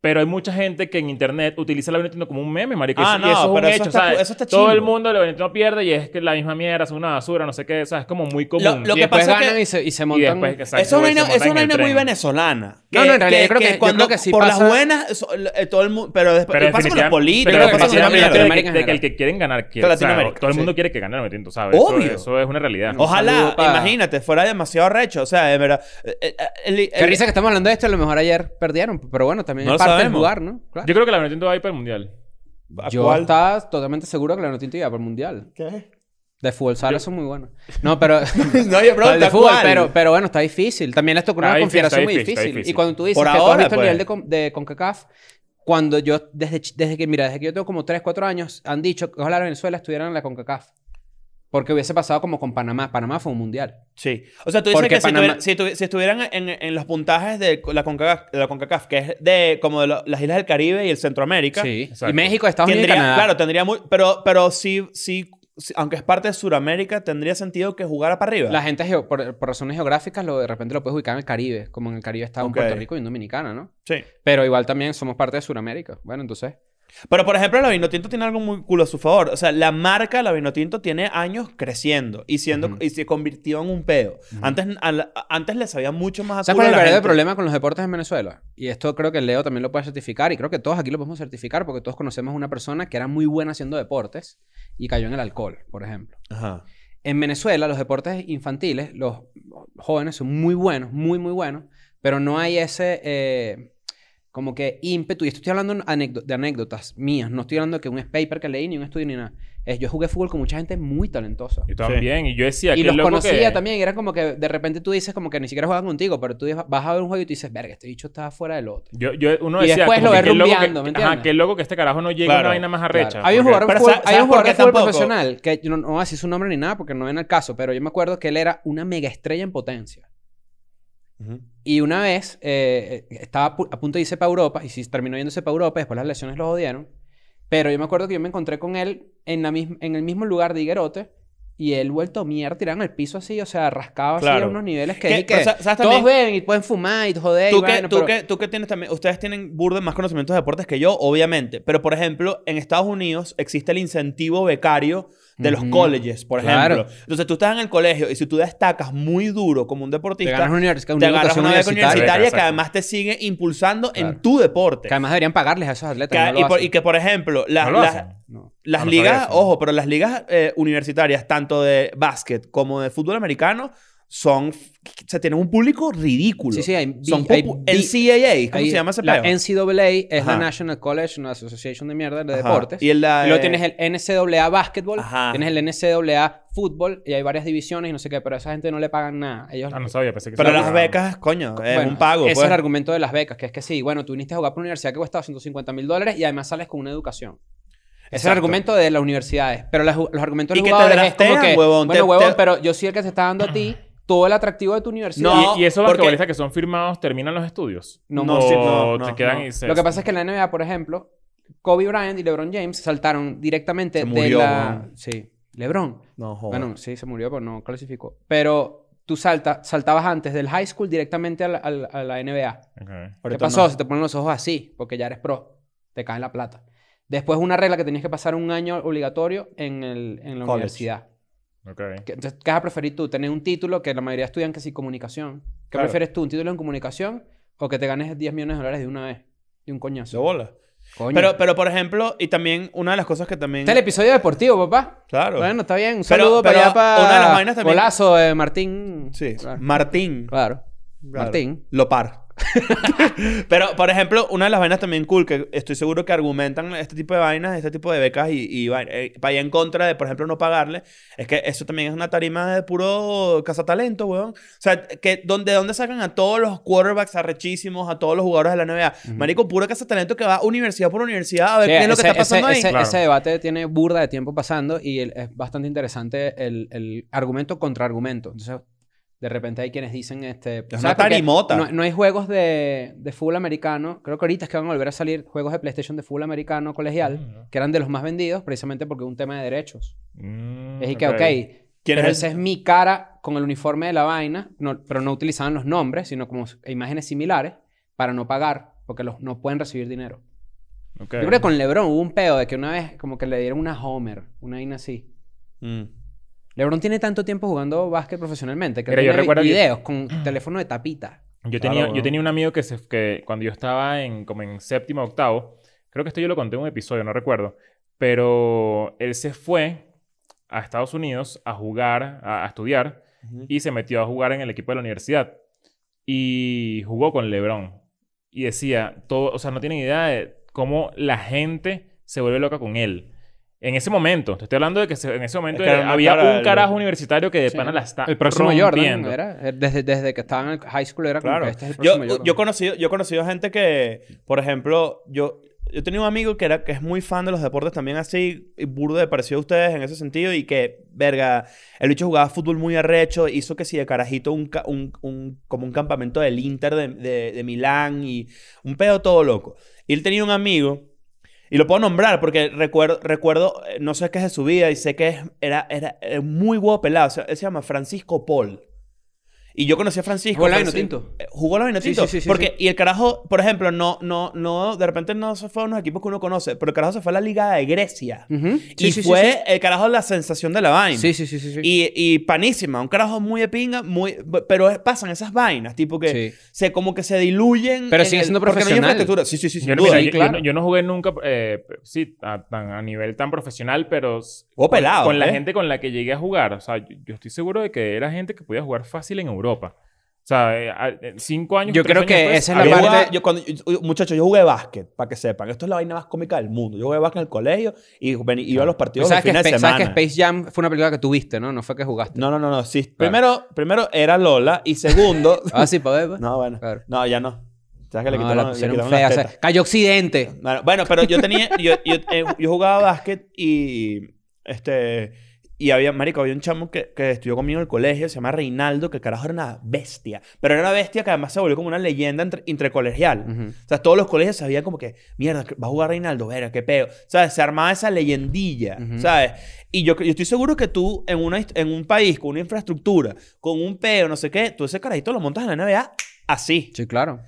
B: Pero hay mucha gente que en internet utiliza la Benetton como un meme, marico. Y
C: Ah,
B: eso- y
C: no,
B: eso es un
C: pero eso
B: hecho,
C: está-
B: ¿sabes?
C: eso está
B: Todo el
C: chimbo.
B: mundo la Benetton pierde y es que la misma mierda, es una basura, no sé qué. O sea, es como muy común.
C: Lo
D: y
C: que
D: después
C: pasa es
D: ganan
C: que-
D: y, se, y se
B: y
D: montan...
B: después, exacto,
C: Eso es una
B: se
C: vaina-
B: montan
C: eso es una
B: en el
C: vaina muy
B: tren.
C: venezolana. que,
D: No, no, en realidad yo creo que- yo
C: cuando
D: creo que sí
C: por
D: pasa-
C: las buenas so- eh, todo el mundo pero después
B: Pero
C: pasa con
B: definitivamente-
C: los políticos,
B: pero
D: que
C: pasa con la
B: definitivamente
C: mierda.
B: de que-
D: Latinoamérica
B: de
D: en
B: que el
D: general.
B: que quieren ganar quiere.
C: Toda
B: o sea,
C: Latinoamérica,
B: todo el
C: sí.
B: mundo quiere que gane la tú ¿sabes? Eso-
C: Obvio.
B: Eso, es una realidad.
C: Ojalá,
D: saludo pa-
C: imagínate, fuera demasiado recho. O sea, de verdad. eh, eh, el- el-
D: Qué risa que estamos hablando de esto. A lo mejor ayer perdieron. Pero bueno, también
C: No
D: es
C: lo
D: parte del
C: sabemos.
D: jugar, ¿no? Claro.
B: Yo creo que la Vinotinto va a ir para el mundial.
C: ¿a
D: Yo
C: cuál?
D: estaba totalmente seguro que la Notinto iba por el mundial.
C: ¿Qué?
D: De fútbol sala son muy buenos. No, pero.
C: No, yo
D: Para el
C: pregunto,
D: de fútbol,
C: ¿cuál?
D: pero, pero bueno, está difícil. También les tocó una
B: Está difícil,
D: confederación
B: está
D: muy
B: difícil,
D: difícil.
B: está difícil.
D: Y cuando tú dices
C: Por
D: que tú
C: ahora,
D: has visto
C: pues.
D: el nivel de, con- de CONCACAF, cuando yo, desde, ch- desde que, mira, desde que yo tengo como 3, 4 años, han dicho que ojalá Venezuela estuviera en la CONCACAF. Porque hubiese pasado como con Panamá. Panamá fue un mundial.
C: Sí. O sea, tú dices que
D: Porque
C: si,
D: Panamá-
C: tuviera- si tuvi- si estuvieran en, en los puntajes de la CONCACAF, de la CONCACAF, que es de como de lo- las islas del Caribe y el Centroamérica,
D: Sí.
B: Exacto.
D: Y México, Estados Unidos y
C: tendría,
D: Canadá.
C: claro, tendría muy, pero pero sí sí sí, aunque es parte de Sudamérica, tendría sentido que jugara para arriba.
D: La gente, geo- por, por razones geográficas, lo, de repente lo puedes ubicar en el Caribe. Como en el Caribe está un
C: Ok.
D: Puerto Rico y un Dominicana, ¿no?
C: Sí.
D: Pero igual también somos parte de Sudamérica. Bueno, entonces...
C: Pero por ejemplo, la Vinotinto tiene algo muy culo a su favor. O sea, la marca la Vinotinto tiene años creciendo y siendo y se convirtió en un pedo. Antes a la- antes le sabía mucho más a
D: ¿Sabes
C: culo
D: cuál es el
C: a Ah, la
D: verdadero
C: gente.
D: problema con los deportes en Venezuela? Y esto creo que Leo también lo puede certificar y creo que todos aquí lo podemos certificar porque todos conocemos una persona que era muy buena haciendo deportes y cayó en el alcohol, por ejemplo.
C: Ajá.
D: En Venezuela los deportes infantiles, los jóvenes son muy buenos, muy, muy buenos, pero no hay ese eh, como que ímpetu. Y esto estoy hablando anécdo- de anécdotas mías, no estoy hablando de que un paper que leí ni un estudio ni nada. Es, yo jugué fútbol con mucha gente muy talentosa.
B: Yo también. Y yo decía
D: Y
B: que
D: los
B: loco
D: conocía
B: que...
D: también. Era como que de repente tú dices como que ni siquiera juegan contigo, pero tú vas a ver un juego y tú dices, verga, este bicho está fuera del otro.
B: Yo, yo, uno
D: Y
B: decía
D: después
B: como
D: lo
B: que
D: ves
B: qué loco
D: rumbeando,
B: que,
D: ¿me
B: ajá,
D: entiendes?
B: qué loco que este carajo no llegue a
C: Claro,
B: una vaina más arrecha.
D: Claro. Había un
B: porque-
D: jugador, de
C: Pero
D: fútbol-
C: sa-
D: había
C: ¿sabes
D: un jugador
C: por
D: de
C: qué
D: fútbol
C: tampoco?
D: profesional que yo no, no voy a decir su nombre ni nada porque no en el caso, pero yo me acuerdo que él era una mega estrella en potencia. Y una vez eh, eh, estaba a pu- a punto de irse para Europa y sí terminó yéndose para Europa, después las lesiones lo odiaron. Pero yo me acuerdo que yo me encontré con él en, la mis- en el mismo lugar de Higuerote y él vuelto mierda tirado en el piso así, o sea, rascado así
C: Claro.
D: a unos niveles
C: Que-
D: que, dije
C: pero
D: que
C: sa- ¿sabes
D: todos
C: también?
D: ven y pueden fumar y joder. y
C: Tú, que,
D: vaina,
C: tú,
D: pero-
C: que, tú que tienes también, ustedes tienen burden más conocimientos de deportes que yo, obviamente, pero por ejemplo, en Estados Unidos existe el incentivo becario de los
D: Ujú.
C: colleges, por
D: Claro.
C: ejemplo. Entonces tú estás en el colegio y si tú destacas muy duro como un
D: Te
C: deportista,
D: ganas una, univers- una
C: te agarras
D: educación
C: una beca
D: universitaria.
C: universitaria que
B: Exacto.
C: además te sigue impulsando en
D: Claro.
C: tu deporte.
D: Que además deberían pagarles a esos
C: Que-
D: atletas. no lo
C: y, por-
D: hacen.
C: y que por ejemplo, las-
B: No lo
C: las-
B: hacen.
D: No.
C: las
B: Ah, no
C: ligas,
B: sabía eso.
C: ojo, pero las ligas eh, universitarias, tanto de básquet como de fútbol americano, son. Se tienen un público ridículo.
D: Sí, sí, hay bi-
C: Son
D: hay
C: popu-
D: bi-
C: NCAA, ¿cómo
D: Ahí
C: se llama ese
D: La
C: peo?
D: NCAA es
C: Ajá.
D: la National College una Association de mierda de
C: Ajá.
D: deportes.
C: Y el, eh,
D: luego tienes el NCAA Básquetbol,
C: Ajá.
D: tienes el NCAA Fútbol y hay varias divisiones y no sé qué, pero a esa gente no le pagan nada. Ellos
B: Ah, no sabía. Pensé que
C: Pero
B: sabía.
C: las becas, coño, es
D: Bueno,
C: un pago.
D: Ese
C: pues.
D: es el argumento de las becas, que es que sí, bueno, tú viniste a jugar por una universidad que cuesta 250 mil dólares y además sales con una educación. Ese es el
C: Exacto.
D: argumento de las universidades. Pero las- los argumentos de
C: Y
D: los
C: que te
D: jugadores es como
C: draftean,
D: que,
C: huevón,
D: bueno,
C: te-
D: huevón,
C: te-
D: pero yo soy el que te está dando a ti todo el atractivo de tu universidad.
C: No,
B: Y, y esos
C: porque-
B: basquetbolistas que son firmados terminan los estudios.
D: No,
C: No,
B: o
C: sí, no, no,
B: te quedan
C: no.
B: y se.
D: Lo que pasa es que en la NBA, por ejemplo, Kobe Bryant y LeBron James saltaron directamente
C: Se murió,
D: de la...
C: weón.
D: Sí, LeBron.
C: No, joder.
D: Bueno, sí, se murió, pero no clasificó. Pero tú salta, saltabas antes del high school directamente al- al- a la NBA.
B: Ok.
C: Ahorita
D: ¿Qué pasó?
C: no.
D: Se te ponen los ojos así, porque ya eres pro. Te cae la plata. Después una regla que tenías que pasar un año obligatorio en, el- en la
C: College.
D: universidad.
B: Ok.
D: ¿Qué, entonces, ¿qué vas a preferir tú? ¿Tener un título que la mayoría estudian que sí comunicación? ¿Qué
B: Claro.
D: prefieres tú? ¿Un título en comunicación o que te ganes 10 millones de dólares de una vez? De un
C: Se
D: coñazo.
C: bola.
D: Coño.
C: Pero, pero, por ejemplo, y también una de las cosas que también.
D: Este es el episodio deportivo, papá.
C: Claro.
D: Bueno, está bien. Un
C: Pero-
D: saludo
C: pero
D: para allá para...
C: una de las vainas también-
D: Golazo de Martín.
C: Sí.
D: Claro.
C: Martín.
D: Claro.
C: Claro.
D: Martín.
C: Lo par. Pero, por ejemplo, una de las vainas también cool que estoy seguro que argumentan este tipo de vainas, este tipo de becas y, y vain- eh, para ir en contra de, por ejemplo, no pagarle, es que eso también es una tarima de puro cazatalento, weón. O sea, que donde, donde sacan a todos los quarterbacks arrechísimos, a todos los jugadores de la NBA. Marico, puro cazatalento que va universidad por universidad a ver
D: Sí,
C: qué es lo que
D: ese-
C: está pasando
D: ese,
C: ahí.
D: Ese,
B: Claro.
D: ese debate tiene burda de tiempo pasando y el- es bastante interesante el, el argumento contra argumento. Entonces, de repente hay quienes dicen... Este,
C: Es
D: ¿sabes
C: una
D: por qué?
C: tarimota.
D: No, no hay juegos de, de fútbol americano. Creo que ahorita es que van a volver a salir juegos de PlayStation de fútbol americano colegial,
B: Mm.
D: que eran de los más vendidos precisamente porque es un tema de derechos.
B: Mm,
D: Es y que, ok,
C: ¿Quién
D: pero
C: es
D: esa
C: el-
D: es mi cara con el uniforme de la vaina, no- pero no utilizaban los nombres, sino como s- imágenes similares para no pagar, porque los no pueden recibir dinero.
B: ok.
D: Yo creo que con LeBron hubo un peo de que una vez como que le dieron una Homer, una vaina así.
C: Mm.
D: LeBron tiene tanto tiempo jugando básquet profesionalmente que
B: Mira,
D: él
B: yo
D: tiene
B: recuerdo que-
D: videos con teléfono de tapita.
B: Yo,
C: Claro,
B: tenía,
C: weón.
B: yo tenía un amigo que, se, que cuando yo estaba en, como en séptimo octavo, creo que esto yo lo conté en un episodio, no recuerdo, pero él se fue a Estados Unidos a jugar, a, a estudiar, y se metió a jugar en el equipo de la universidad. Y jugó con LeBron. Y decía, todo, o sea, no tienen idea de cómo la gente se vuelve loca con él. En ese momento, te estoy hablando de que se- en ese momento
C: que era una
B: había
C: cara de
B: un carajo
C: loco.
B: universitario que de
D: Sí.
B: pana la está
D: El próximo
B: rompiendo.
D: Jordan era. eh, Desde, desde que estaba en el high school era como
C: Claro.
D: que este es el próximo
C: Yo,
D: Jordan.
C: yo, he conocido, yo he conocido gente que, por ejemplo, yo, yo tenía un amigo que, era, que es muy fan de los deportes también así, y burdo de parecido a ustedes en ese sentido, y que, verga, el bicho jugaba fútbol muy arrecho, hizo que si de carajito un, ca- un, un- como un campamento del Inter de, de, de Milán y un pedo todo loco. Y él tenía un amigo... Y lo puedo nombrar porque recuerdo, recuerdo eh, no sé qué es de su vida y sé que es- era, era, era muy huevo pelado. O sea, él se llama Francisco Paul. Y yo conocí a Francisco.
D: ¿Jugó la
C: Franci-
D: Vinotinto?
C: Eh, Jugó la Vinotinto.
D: Sí, sí, sí, sí,
C: porque,
D: sí.
C: y el carajo, por ejemplo, no, no, no, de repente no se fue a unos equipos que uno conoce, pero el carajo se fue a la Liga de Grecia.
D: Ujú.
C: y
D: Mm. Sí, sí, sí,
C: fue el carajo la sensación de la vaina.
D: Sí, sí, sí, sí. sí.
C: Y, y panísima, un carajo muy de pinga, muy, pero es- pasan esas vainas, tipo que
D: Sí.
C: se como que se diluyen.
D: Pero
C: en
D: sigue
C: el-
D: siendo
C: porque no hay
D: profesional.
C: infraestructura. Sí, sí, sí,
B: Yo
C: sin
B: no,
C: duda.
B: mira, yo- yo
D: claro.
B: no- yo no jugué nunca, eh, p- sí, a, tan- a nivel tan profesional, pero... s-
C: Jugó
B: con-
C: pelado,
B: Con la
C: ¿eh?
B: gente con la que llegué a jugar. O sea, yo, yo estoy seguro de que era gente que podía jugar fácil en Europa. O sea, eh, a- eh, cinco años...
D: Yo
B: tres
D: creo
B: años
D: que
B: después,
D: esa es la
B: había
C: Yo
D: parte-
B: jugado-
C: jugaba- yo cuando- yo- muchachos, yo jugué básquet, para que sepan. Esto es la vaina más cómica del mundo. Yo jugué básquet en el colegio y ven- iba a los
D: Pues
C: partidos los
D: sabes, que
C: fines de
D: Spa- sabes que
C: semana.
D: Space Jam fue una película que tuviste, ¿no? No fue que jugaste.
C: No, no, no, no. Sí. Primero, primero era Lola y segundo.
D: Ah, sí, pa' ver.
C: no, bueno.
D: Claro.
C: No, ya no. ¿Sabes que le
D: No,
C: quitaron,
D: la
C: le
D: pusieron
C: quitaron
D: fea,
C: las
D: o sea,
C: tetas?
D: cayó Occidente.
C: Bueno, bueno, pero yo tenía. Yo, yo, eh, yo jugaba básquet y. Este. Y había, marico, había un chamo que, que estudió conmigo en el colegio, se llama Reinaldo, que el carajo era una bestia. Pero era una bestia que además se volvió como una leyenda entre- intercolegial.
D: Ujú.
C: O sea, todos los colegios sabían como que, mierda, va a jugar Reinaldo, verga, qué peo. ¿Sabes? Se armaba esa leyendilla,
D: Ujú.
C: ¿sabes? Y yo, yo estoy seguro que tú, en, una, hist- en un país con una infraestructura, con un peo, no sé qué, tú ese carajito lo montas en la NBA así.
D: Sí, claro.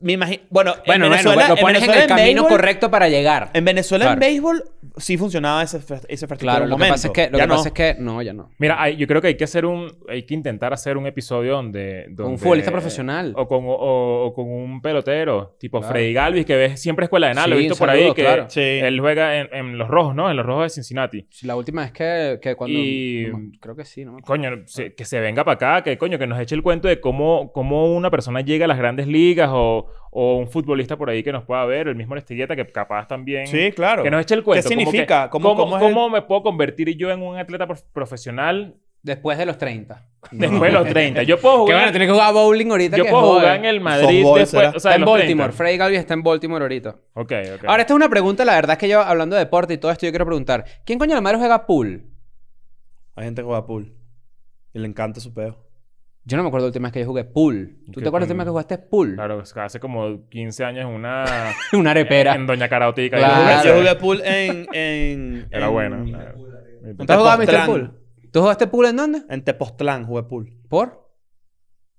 C: Me imagino. Bueno,
D: Bueno,
C: en
D: bueno,
C: Venezuela,
D: lo pones en
C: Venezuela
D: el camino
C: béisbol-
D: correcto para llegar.
C: En Venezuela, en
D: Claro.
C: béisbol, sí funcionaba esa, infra- esa infraestructura.
D: Claro,
C: en un
D: lo que pasa es
C: momento.
D: que... Lo
C: Ya
D: que
C: no.
D: pasa es que... No, ya no.
B: Mira, hay- yo creo que hay que hacer un... Hay que intentar hacer un episodio donde...
D: Con un
B: donde-
D: futbolista profesional.
B: O con, o- o- o con un pelotero, tipo
D: Claro.
B: Freddy Galvis, que ves siempre escuela de nada. lo he
D: Sí,
B: visto
D: un
B: por
D: saludo,
B: ahí, que
D: claro.
C: Sí.
B: él juega en, en Los Rojos, ¿no? En Los Rojos de Cincinnati.
D: Sí, La última es que, que cuando...
B: Y-
D: no me- creo que sí, ¿no? me acuerdo.
B: Coño, se- que se venga para acá, que coño, que nos eche el cuento de cómo, cómo una persona llega a las grandes ligas o, o un futbolista por ahí que nos pueda ver, el mismo Lestilleta, que capaz también.
C: Sí, claro.
B: Que nos eche el cuento. como que,
C: significa? ¿Cómo-
B: ¿Cómo,
C: cómo es el-
B: cómo me puedo convertir yo en un atleta prof- profesional
D: Después de los 30.
B: después de los 30? Yo puedo
D: Que bueno,
B: jugar,
D: tienes que jugar bowling ahorita
B: yo
D: que es
B: puedo jugar
D: joven.
B: en el Madrid
C: Softball será.
B: después. O sea,
D: está
B: de
D: en
B: los
D: Baltimore.
B: 30.
D: Freddy Galvis está en Baltimore ahorita.
B: Ok, ok.
D: Ahora, esta es una pregunta, la verdad es que yo, hablando de deporte y todo esto, yo quiero preguntar. ¿Quién coño de la madre juega pool?
C: Hay gente que juega pool. Y le encanta su peo.
D: Yo no me acuerdo el tema que yo jugué pool. ¿Tú
B: ¿Qué
D: te acuerdas
B: coño?
D: del tema que jugaste pool?
B: Claro, es que hace como 15 años en una.
D: Una arepera.
B: En Doña Carautica.
D: Claro.
C: Yo jugué- Yo jugué
B: Era
C: pool en. en en-
B: bueno.
C: ¿Tú
D: ¿Tú has jugado a
C: Tepoztlán.
D: Mr. Pool? ¿Tú jugaste pool en dónde?
C: En Tepoztlán jugué pool.
D: ¿Por?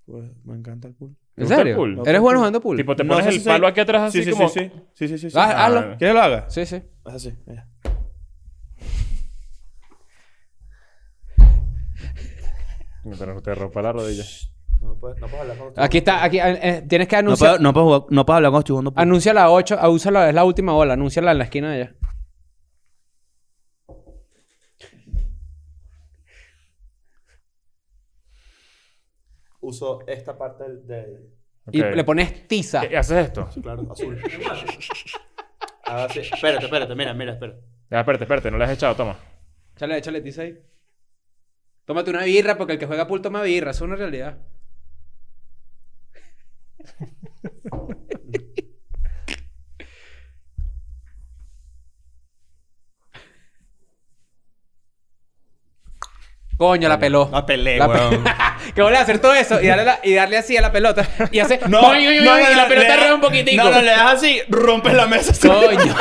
C: Pues, me encanta el pool.
B: ¿Te
D: ¿En
B: gusta
D: serio?
B: el pool?
D: ¿Eres bueno jugando pool?
B: Tipo, te
C: No
B: pones
C: sé si
B: el
C: soy-
B: palo aquí atrás así
C: Ah, Sí, sí,
B: como.
C: sí, sí. Sí, sí, sí, sí.
D: Ah,
C: Ah,
D: hazlo.
B: bueno.
C: ¿Quieres que lo haga?
D: Sí, sí.
C: Es así, mira.
B: Mientras te rompa la rodilla. Eh,
C: No puedo, no puedo hablar con
D: Aquí está, aquí eh, eh, tienes que
C: No
D: anunciar.
C: puedo, no puedo, jugar- no puedo hablar con jugando pool.
D: Anuncia la 8, ah, úsala, es la última bola, anúnciala en la esquina de allá.
C: Uso esta parte del... del-
B: Ok.
D: Y le pones tiza.
C: Eh,
B: ¿Y eh, haces esto?
C: claro, azul. Ahora sí. Espérate, espérate. Mira, mira, espera.
B: Ya, espérate, espérate, no le has echado, toma.
D: Échale, échale tiza ahí. Tómate una birra, porque el que juega pool toma birra, eso es una realidad. Coño, la peló.
C: No peleé,
D: La
C: weón.
D: Que vuelve a hacer todo eso y darle, la- y darle así a la pelota. Y hace.
C: No,
D: ¡Oy, oy, oy! y la
C: le
D: pelota
C: das-
D: arranca un poquitico.
C: No, no, le das así, rompes la mesa.
D: Coño.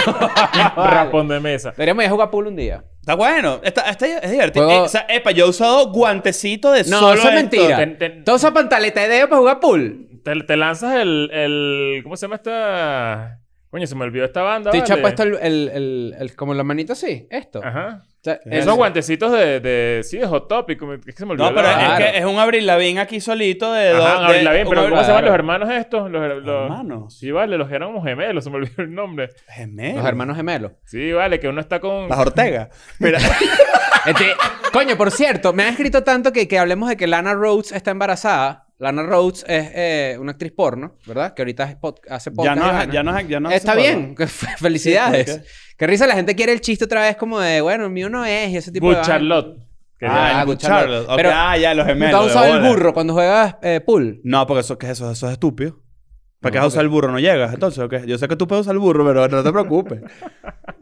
B: Rapón de mesa.
D: Deberíamos ir a jugar pool un día.
C: Está bueno, está, está- es divertido.
D: Juego-
C: Eh, o sea, epa, yo he usado guantecito de
D: No,
C: solo
D: eso
C: esto.
D: es mentira.
B: Ten- ten-
D: Todos esos pantaletas de dedo para jugar pool.
B: Te, te lanzas el, el. ¿Cómo se llama esta.? Coño, se me olvidó esta banda.
D: Te ha
B: vale.
D: puesto el, el, el- el- como la manita así, esto.
B: Ajá.
D: O sea,
C: Eso.
B: Esos guantecitos de, de. Sí, de Hot Topic. como- Es que se me olvidó.
C: No, pero
B: la banda.
C: es que es un Abril Lavín aquí solito de dos.
B: Ajá,
C: de-
B: Avril Lavigne,
C: un
B: pero
C: Avril-
B: ¿cómo se llaman
D: claro.
B: los hermanos estos? Los, los-
C: Hermanos.
B: Sí, vale, los que eran como gemelos, se me olvidó el nombre.
C: Gemelos.
D: Los hermanos gemelos.
B: Sí, vale, que uno está con.
C: Las Ortega. Mira.
D: Este, coño, por cierto, me han escrito tanto que, que hablemos de que Lana Rhodes está embarazada. Lana Rhodes es eh, una actriz porno, ¿verdad? Que ahorita es pod- hace
C: ya
D: podcast. y
C: no,
D: vaina.
C: ya no, ya no
D: está
C: se puede.
D: bien, que- felicidades.
C: Sí, ¿por
D: Qué risa, la gente quiere el chiste otra vez como de, bueno, el mío no es y ese tipo
B: Good
D: de... vaina.
B: Charlotte. que
D: Ah,
C: Ah,
D: ya,
C: el
D: Good
C: Good Charlotte.
D: Charlotte.
C: Ok,
D: Pero-
C: ah, ya, los gemelos.
D: ¿Tú has
C: de
D: usado el
C: bola.
D: burro cuando juegas eh, pool?
C: No, porque eso, ¿qué es eso? Eso es estúpido. ¿Para qué vas
D: No,
C: a usar el burro? ¿No llegas? Entonces, ¿o qué? Yo sé que tú puedes usar el burro, pero no te preocupes.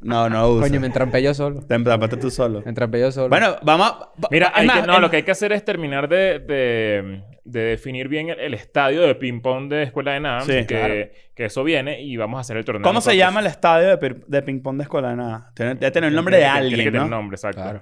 C: No, no usas.
D: Coño, me entrampé yo solo.
C: Te empápate tú solo.
D: Me entrampé yo solo.
C: Bueno, vamos a... va-
B: Mira,
C: es
B: hay que-
C: más,
B: no,
C: es-
B: lo que hay que hacer es terminar de, de- de definir bien el, el estadio de ping-pong de Escuela de Nada.
C: Sí,
B: que,
C: claro.
B: que eso viene y vamos a hacer el torneo.
C: ¿Cómo se
B: nosotros.
C: llama el estadio de, pir- de ping-pong de escuela de nada? Tiene- Debe tener el nombre de
B: Tiene que- Tiene que
C: alguien,
B: tener
C: ¿no?
B: nombre, exacto.
D: Claro.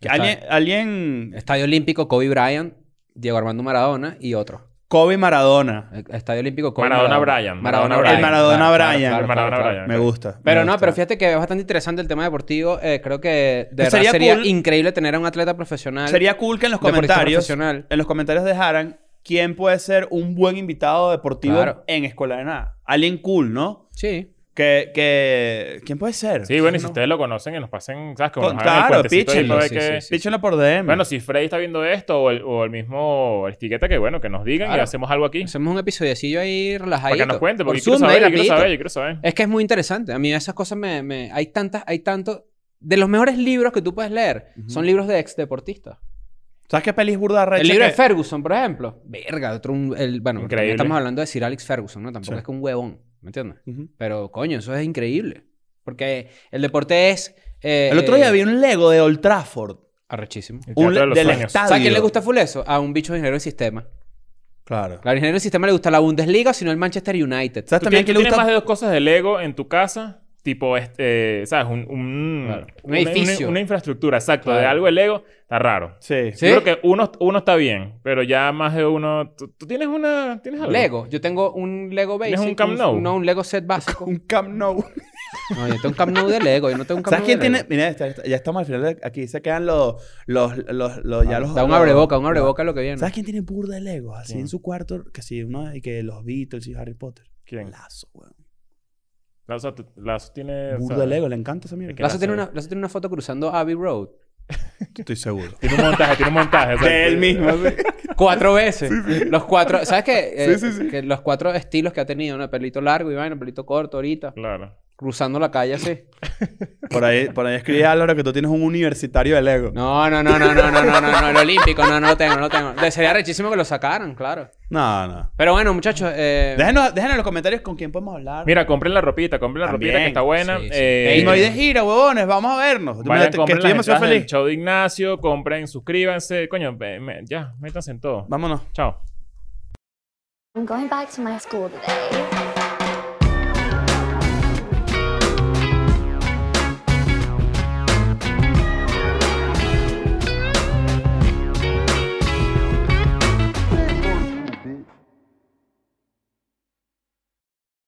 C: Que Alguien, alguien...
D: Estadio Olímpico, Kobe Bryant, Diego Armando Maradona y otro.
C: Kobe Maradona.
D: Eh, Estadio Olímpico, Kobe
B: Maradona Bryant.
D: Maradona
B: El
D: Bryant.
C: Maradona Bryant.
B: El Maradona Bryant.
C: Me gusta.
D: Pero
C: me
D: no,
C: gusta.
D: pero fíjate que es bastante interesante el tema deportivo. Eh, creo que de verdad
C: Sería
D: sería,
C: cool-
D: increíble tener a un atleta profesional.
C: Sería cool que en los
D: Deportista
C: comentarios...
D: profesional.
C: En los comentarios dejaran quién puede ser un buen invitado deportivo
D: Claro.
C: en escuela de nada. Alguien cool, ¿no?
D: Sí.
C: Que, que... ¿Quién puede ser?
B: Sí, bueno, y si
C: No.
B: ustedes lo conocen, que nos pasen, ¿sabes? Que
C: Con-
B: nos hagan el
C: claro,
B: cuentecito ahí
C: píchenlo,
B: para ver
D: sí,
B: qué-
D: sí, sí.
C: Díchenlo por DM.
B: Bueno, si Freddy está viendo esto o el, o el mismo etiqueta, que bueno, que nos digan y
D: Claro.
B: hacemos algo aquí.
D: Hacemos un episodiocillo ahí relajadito.
B: Para que nos cuente, porque yo
D: Por
B: quiero
D: Zoom, ahí
B: saber, yo quiero
D: rapidito.
B: saber, yo quiero saber.
D: Es que es muy interesante. A mí esas cosas me... me- Hay tantas... Hay tanto... De los mejores libros que tú puedes leer son libros de ex deportistas.
C: ¿Sabes qué pelis burda recha
D: El libro
C: que-
D: de Ferguson, por ejemplo. Verga, otro... un- el, bueno, también
B: Increíble.
D: estamos hablando de Sir Alex Ferguson, ¿no? Tampoco
C: Sí.
D: es que un huevón, ¿me entiendes?
C: Ujú.
D: Pero, coño, eso es increíble. Porque el deporte es... eh,
C: El otro día
D: eh,
C: vi un Lego de Old Trafford.
D: Arrechísimo.
B: El
C: Un,
B: teatro de los
C: del
B: sueños.
C: estadio.
D: ¿Sabes a quién le gusta full eso? A un bicho de ingeniero del sistema.
C: Claro.
D: Claro, ingeniero del sistema le gusta la Bundesliga, sino el Manchester United.
C: ¿Sabes
B: ¿Tú
C: también
B: tienes,
C: a quién
B: tú
C: le
B: tienes
C: gusta?
B: más de dos cosas de Lego en tu casa? Tipo, este, eh, ¿sabes? Un, un,
D: Claro. Un
B: una-
D: edificio.
B: Una, una infraestructura, exacto. De
D: Claro.
B: algo de Lego, está raro.
C: Sí.
D: ¿Sí?
B: Yo creo que uno, uno está bien, pero ya más de uno... ¿Tú, tú tienes una... ¿Tienes algo?
D: Lego. Yo tengo un Lego basic.
B: ¿Tienes un Camp Nou?
D: No, un Lego set básico.
C: Un Camp Nou.
D: No, yo tengo un Camp Nou de Lego. Yo no tengo un Camp
C: ¿Sabes
D: Nou
C: quién
D: de Lego.
C: tiene? Mira, está- está- ya estamos al final. de- Aquí se quedan los. los, los, los- ya los
D: Ah, Da un
C: los-
D: abreboca, un abreboca lo que viene.
C: ¿Sabes quién tiene burda de Lego? Así
B: ¿Quién?
C: en su cuarto, que sí, uno y que los Beatles y Harry Potter.
B: ¿Quién?
C: Lazo, weón.
B: La- o sea, tú- Lazo tiene... o
C: Burda
B: sea,
C: de Lego, le encanta esa mierda.
B: ¿Qué?
D: Lazo tiene, una, Lazo tiene una foto cruzando Abbey Road.
C: Estoy seguro.
B: Tiene un montaje, tiene un montaje. exacto.
C: De él mismo. sí.
D: Cuatro veces. Los cuatro... ¿Sabes qué? Eh,
C: Sí, sí, sí.
D: Que los cuatro estilos que ha tenido. ¿no? El pelito largo y vaina, el pelito corto ahorita.
B: Claro.
D: Cruzando la calle así.
C: Por ahí, por ahí escribí Álvaro que tú tienes un universitario de Lego. No,
D: No, no, no, no, no, no, no, no. El olímpico. No, no lo tengo, no lo tengo. De- Sería rechísimo que lo sacaran, claro.
C: no.
D: Pero bueno, muchachos... Eh,
C: Déjenos, déjenos en los comentarios con quién podemos hablar.
B: Mira, compren la ropita, compren la
C: También.
B: ropita que está buena.
D: Sí, sí.
B: Eh,
C: Ey, me voy de gira, huevones. Vamos a vernos.
B: Vayan,
C: Que
B: compren
C: estoy
B: las
C: demasiado
B: entradas del
C: feliz.
B: show de Ignacio, compren, suscríbanse. Coño, ve- me- ya, métanse en todo.
C: Vámonos.
B: Chao.
A: I'm going back to my school today.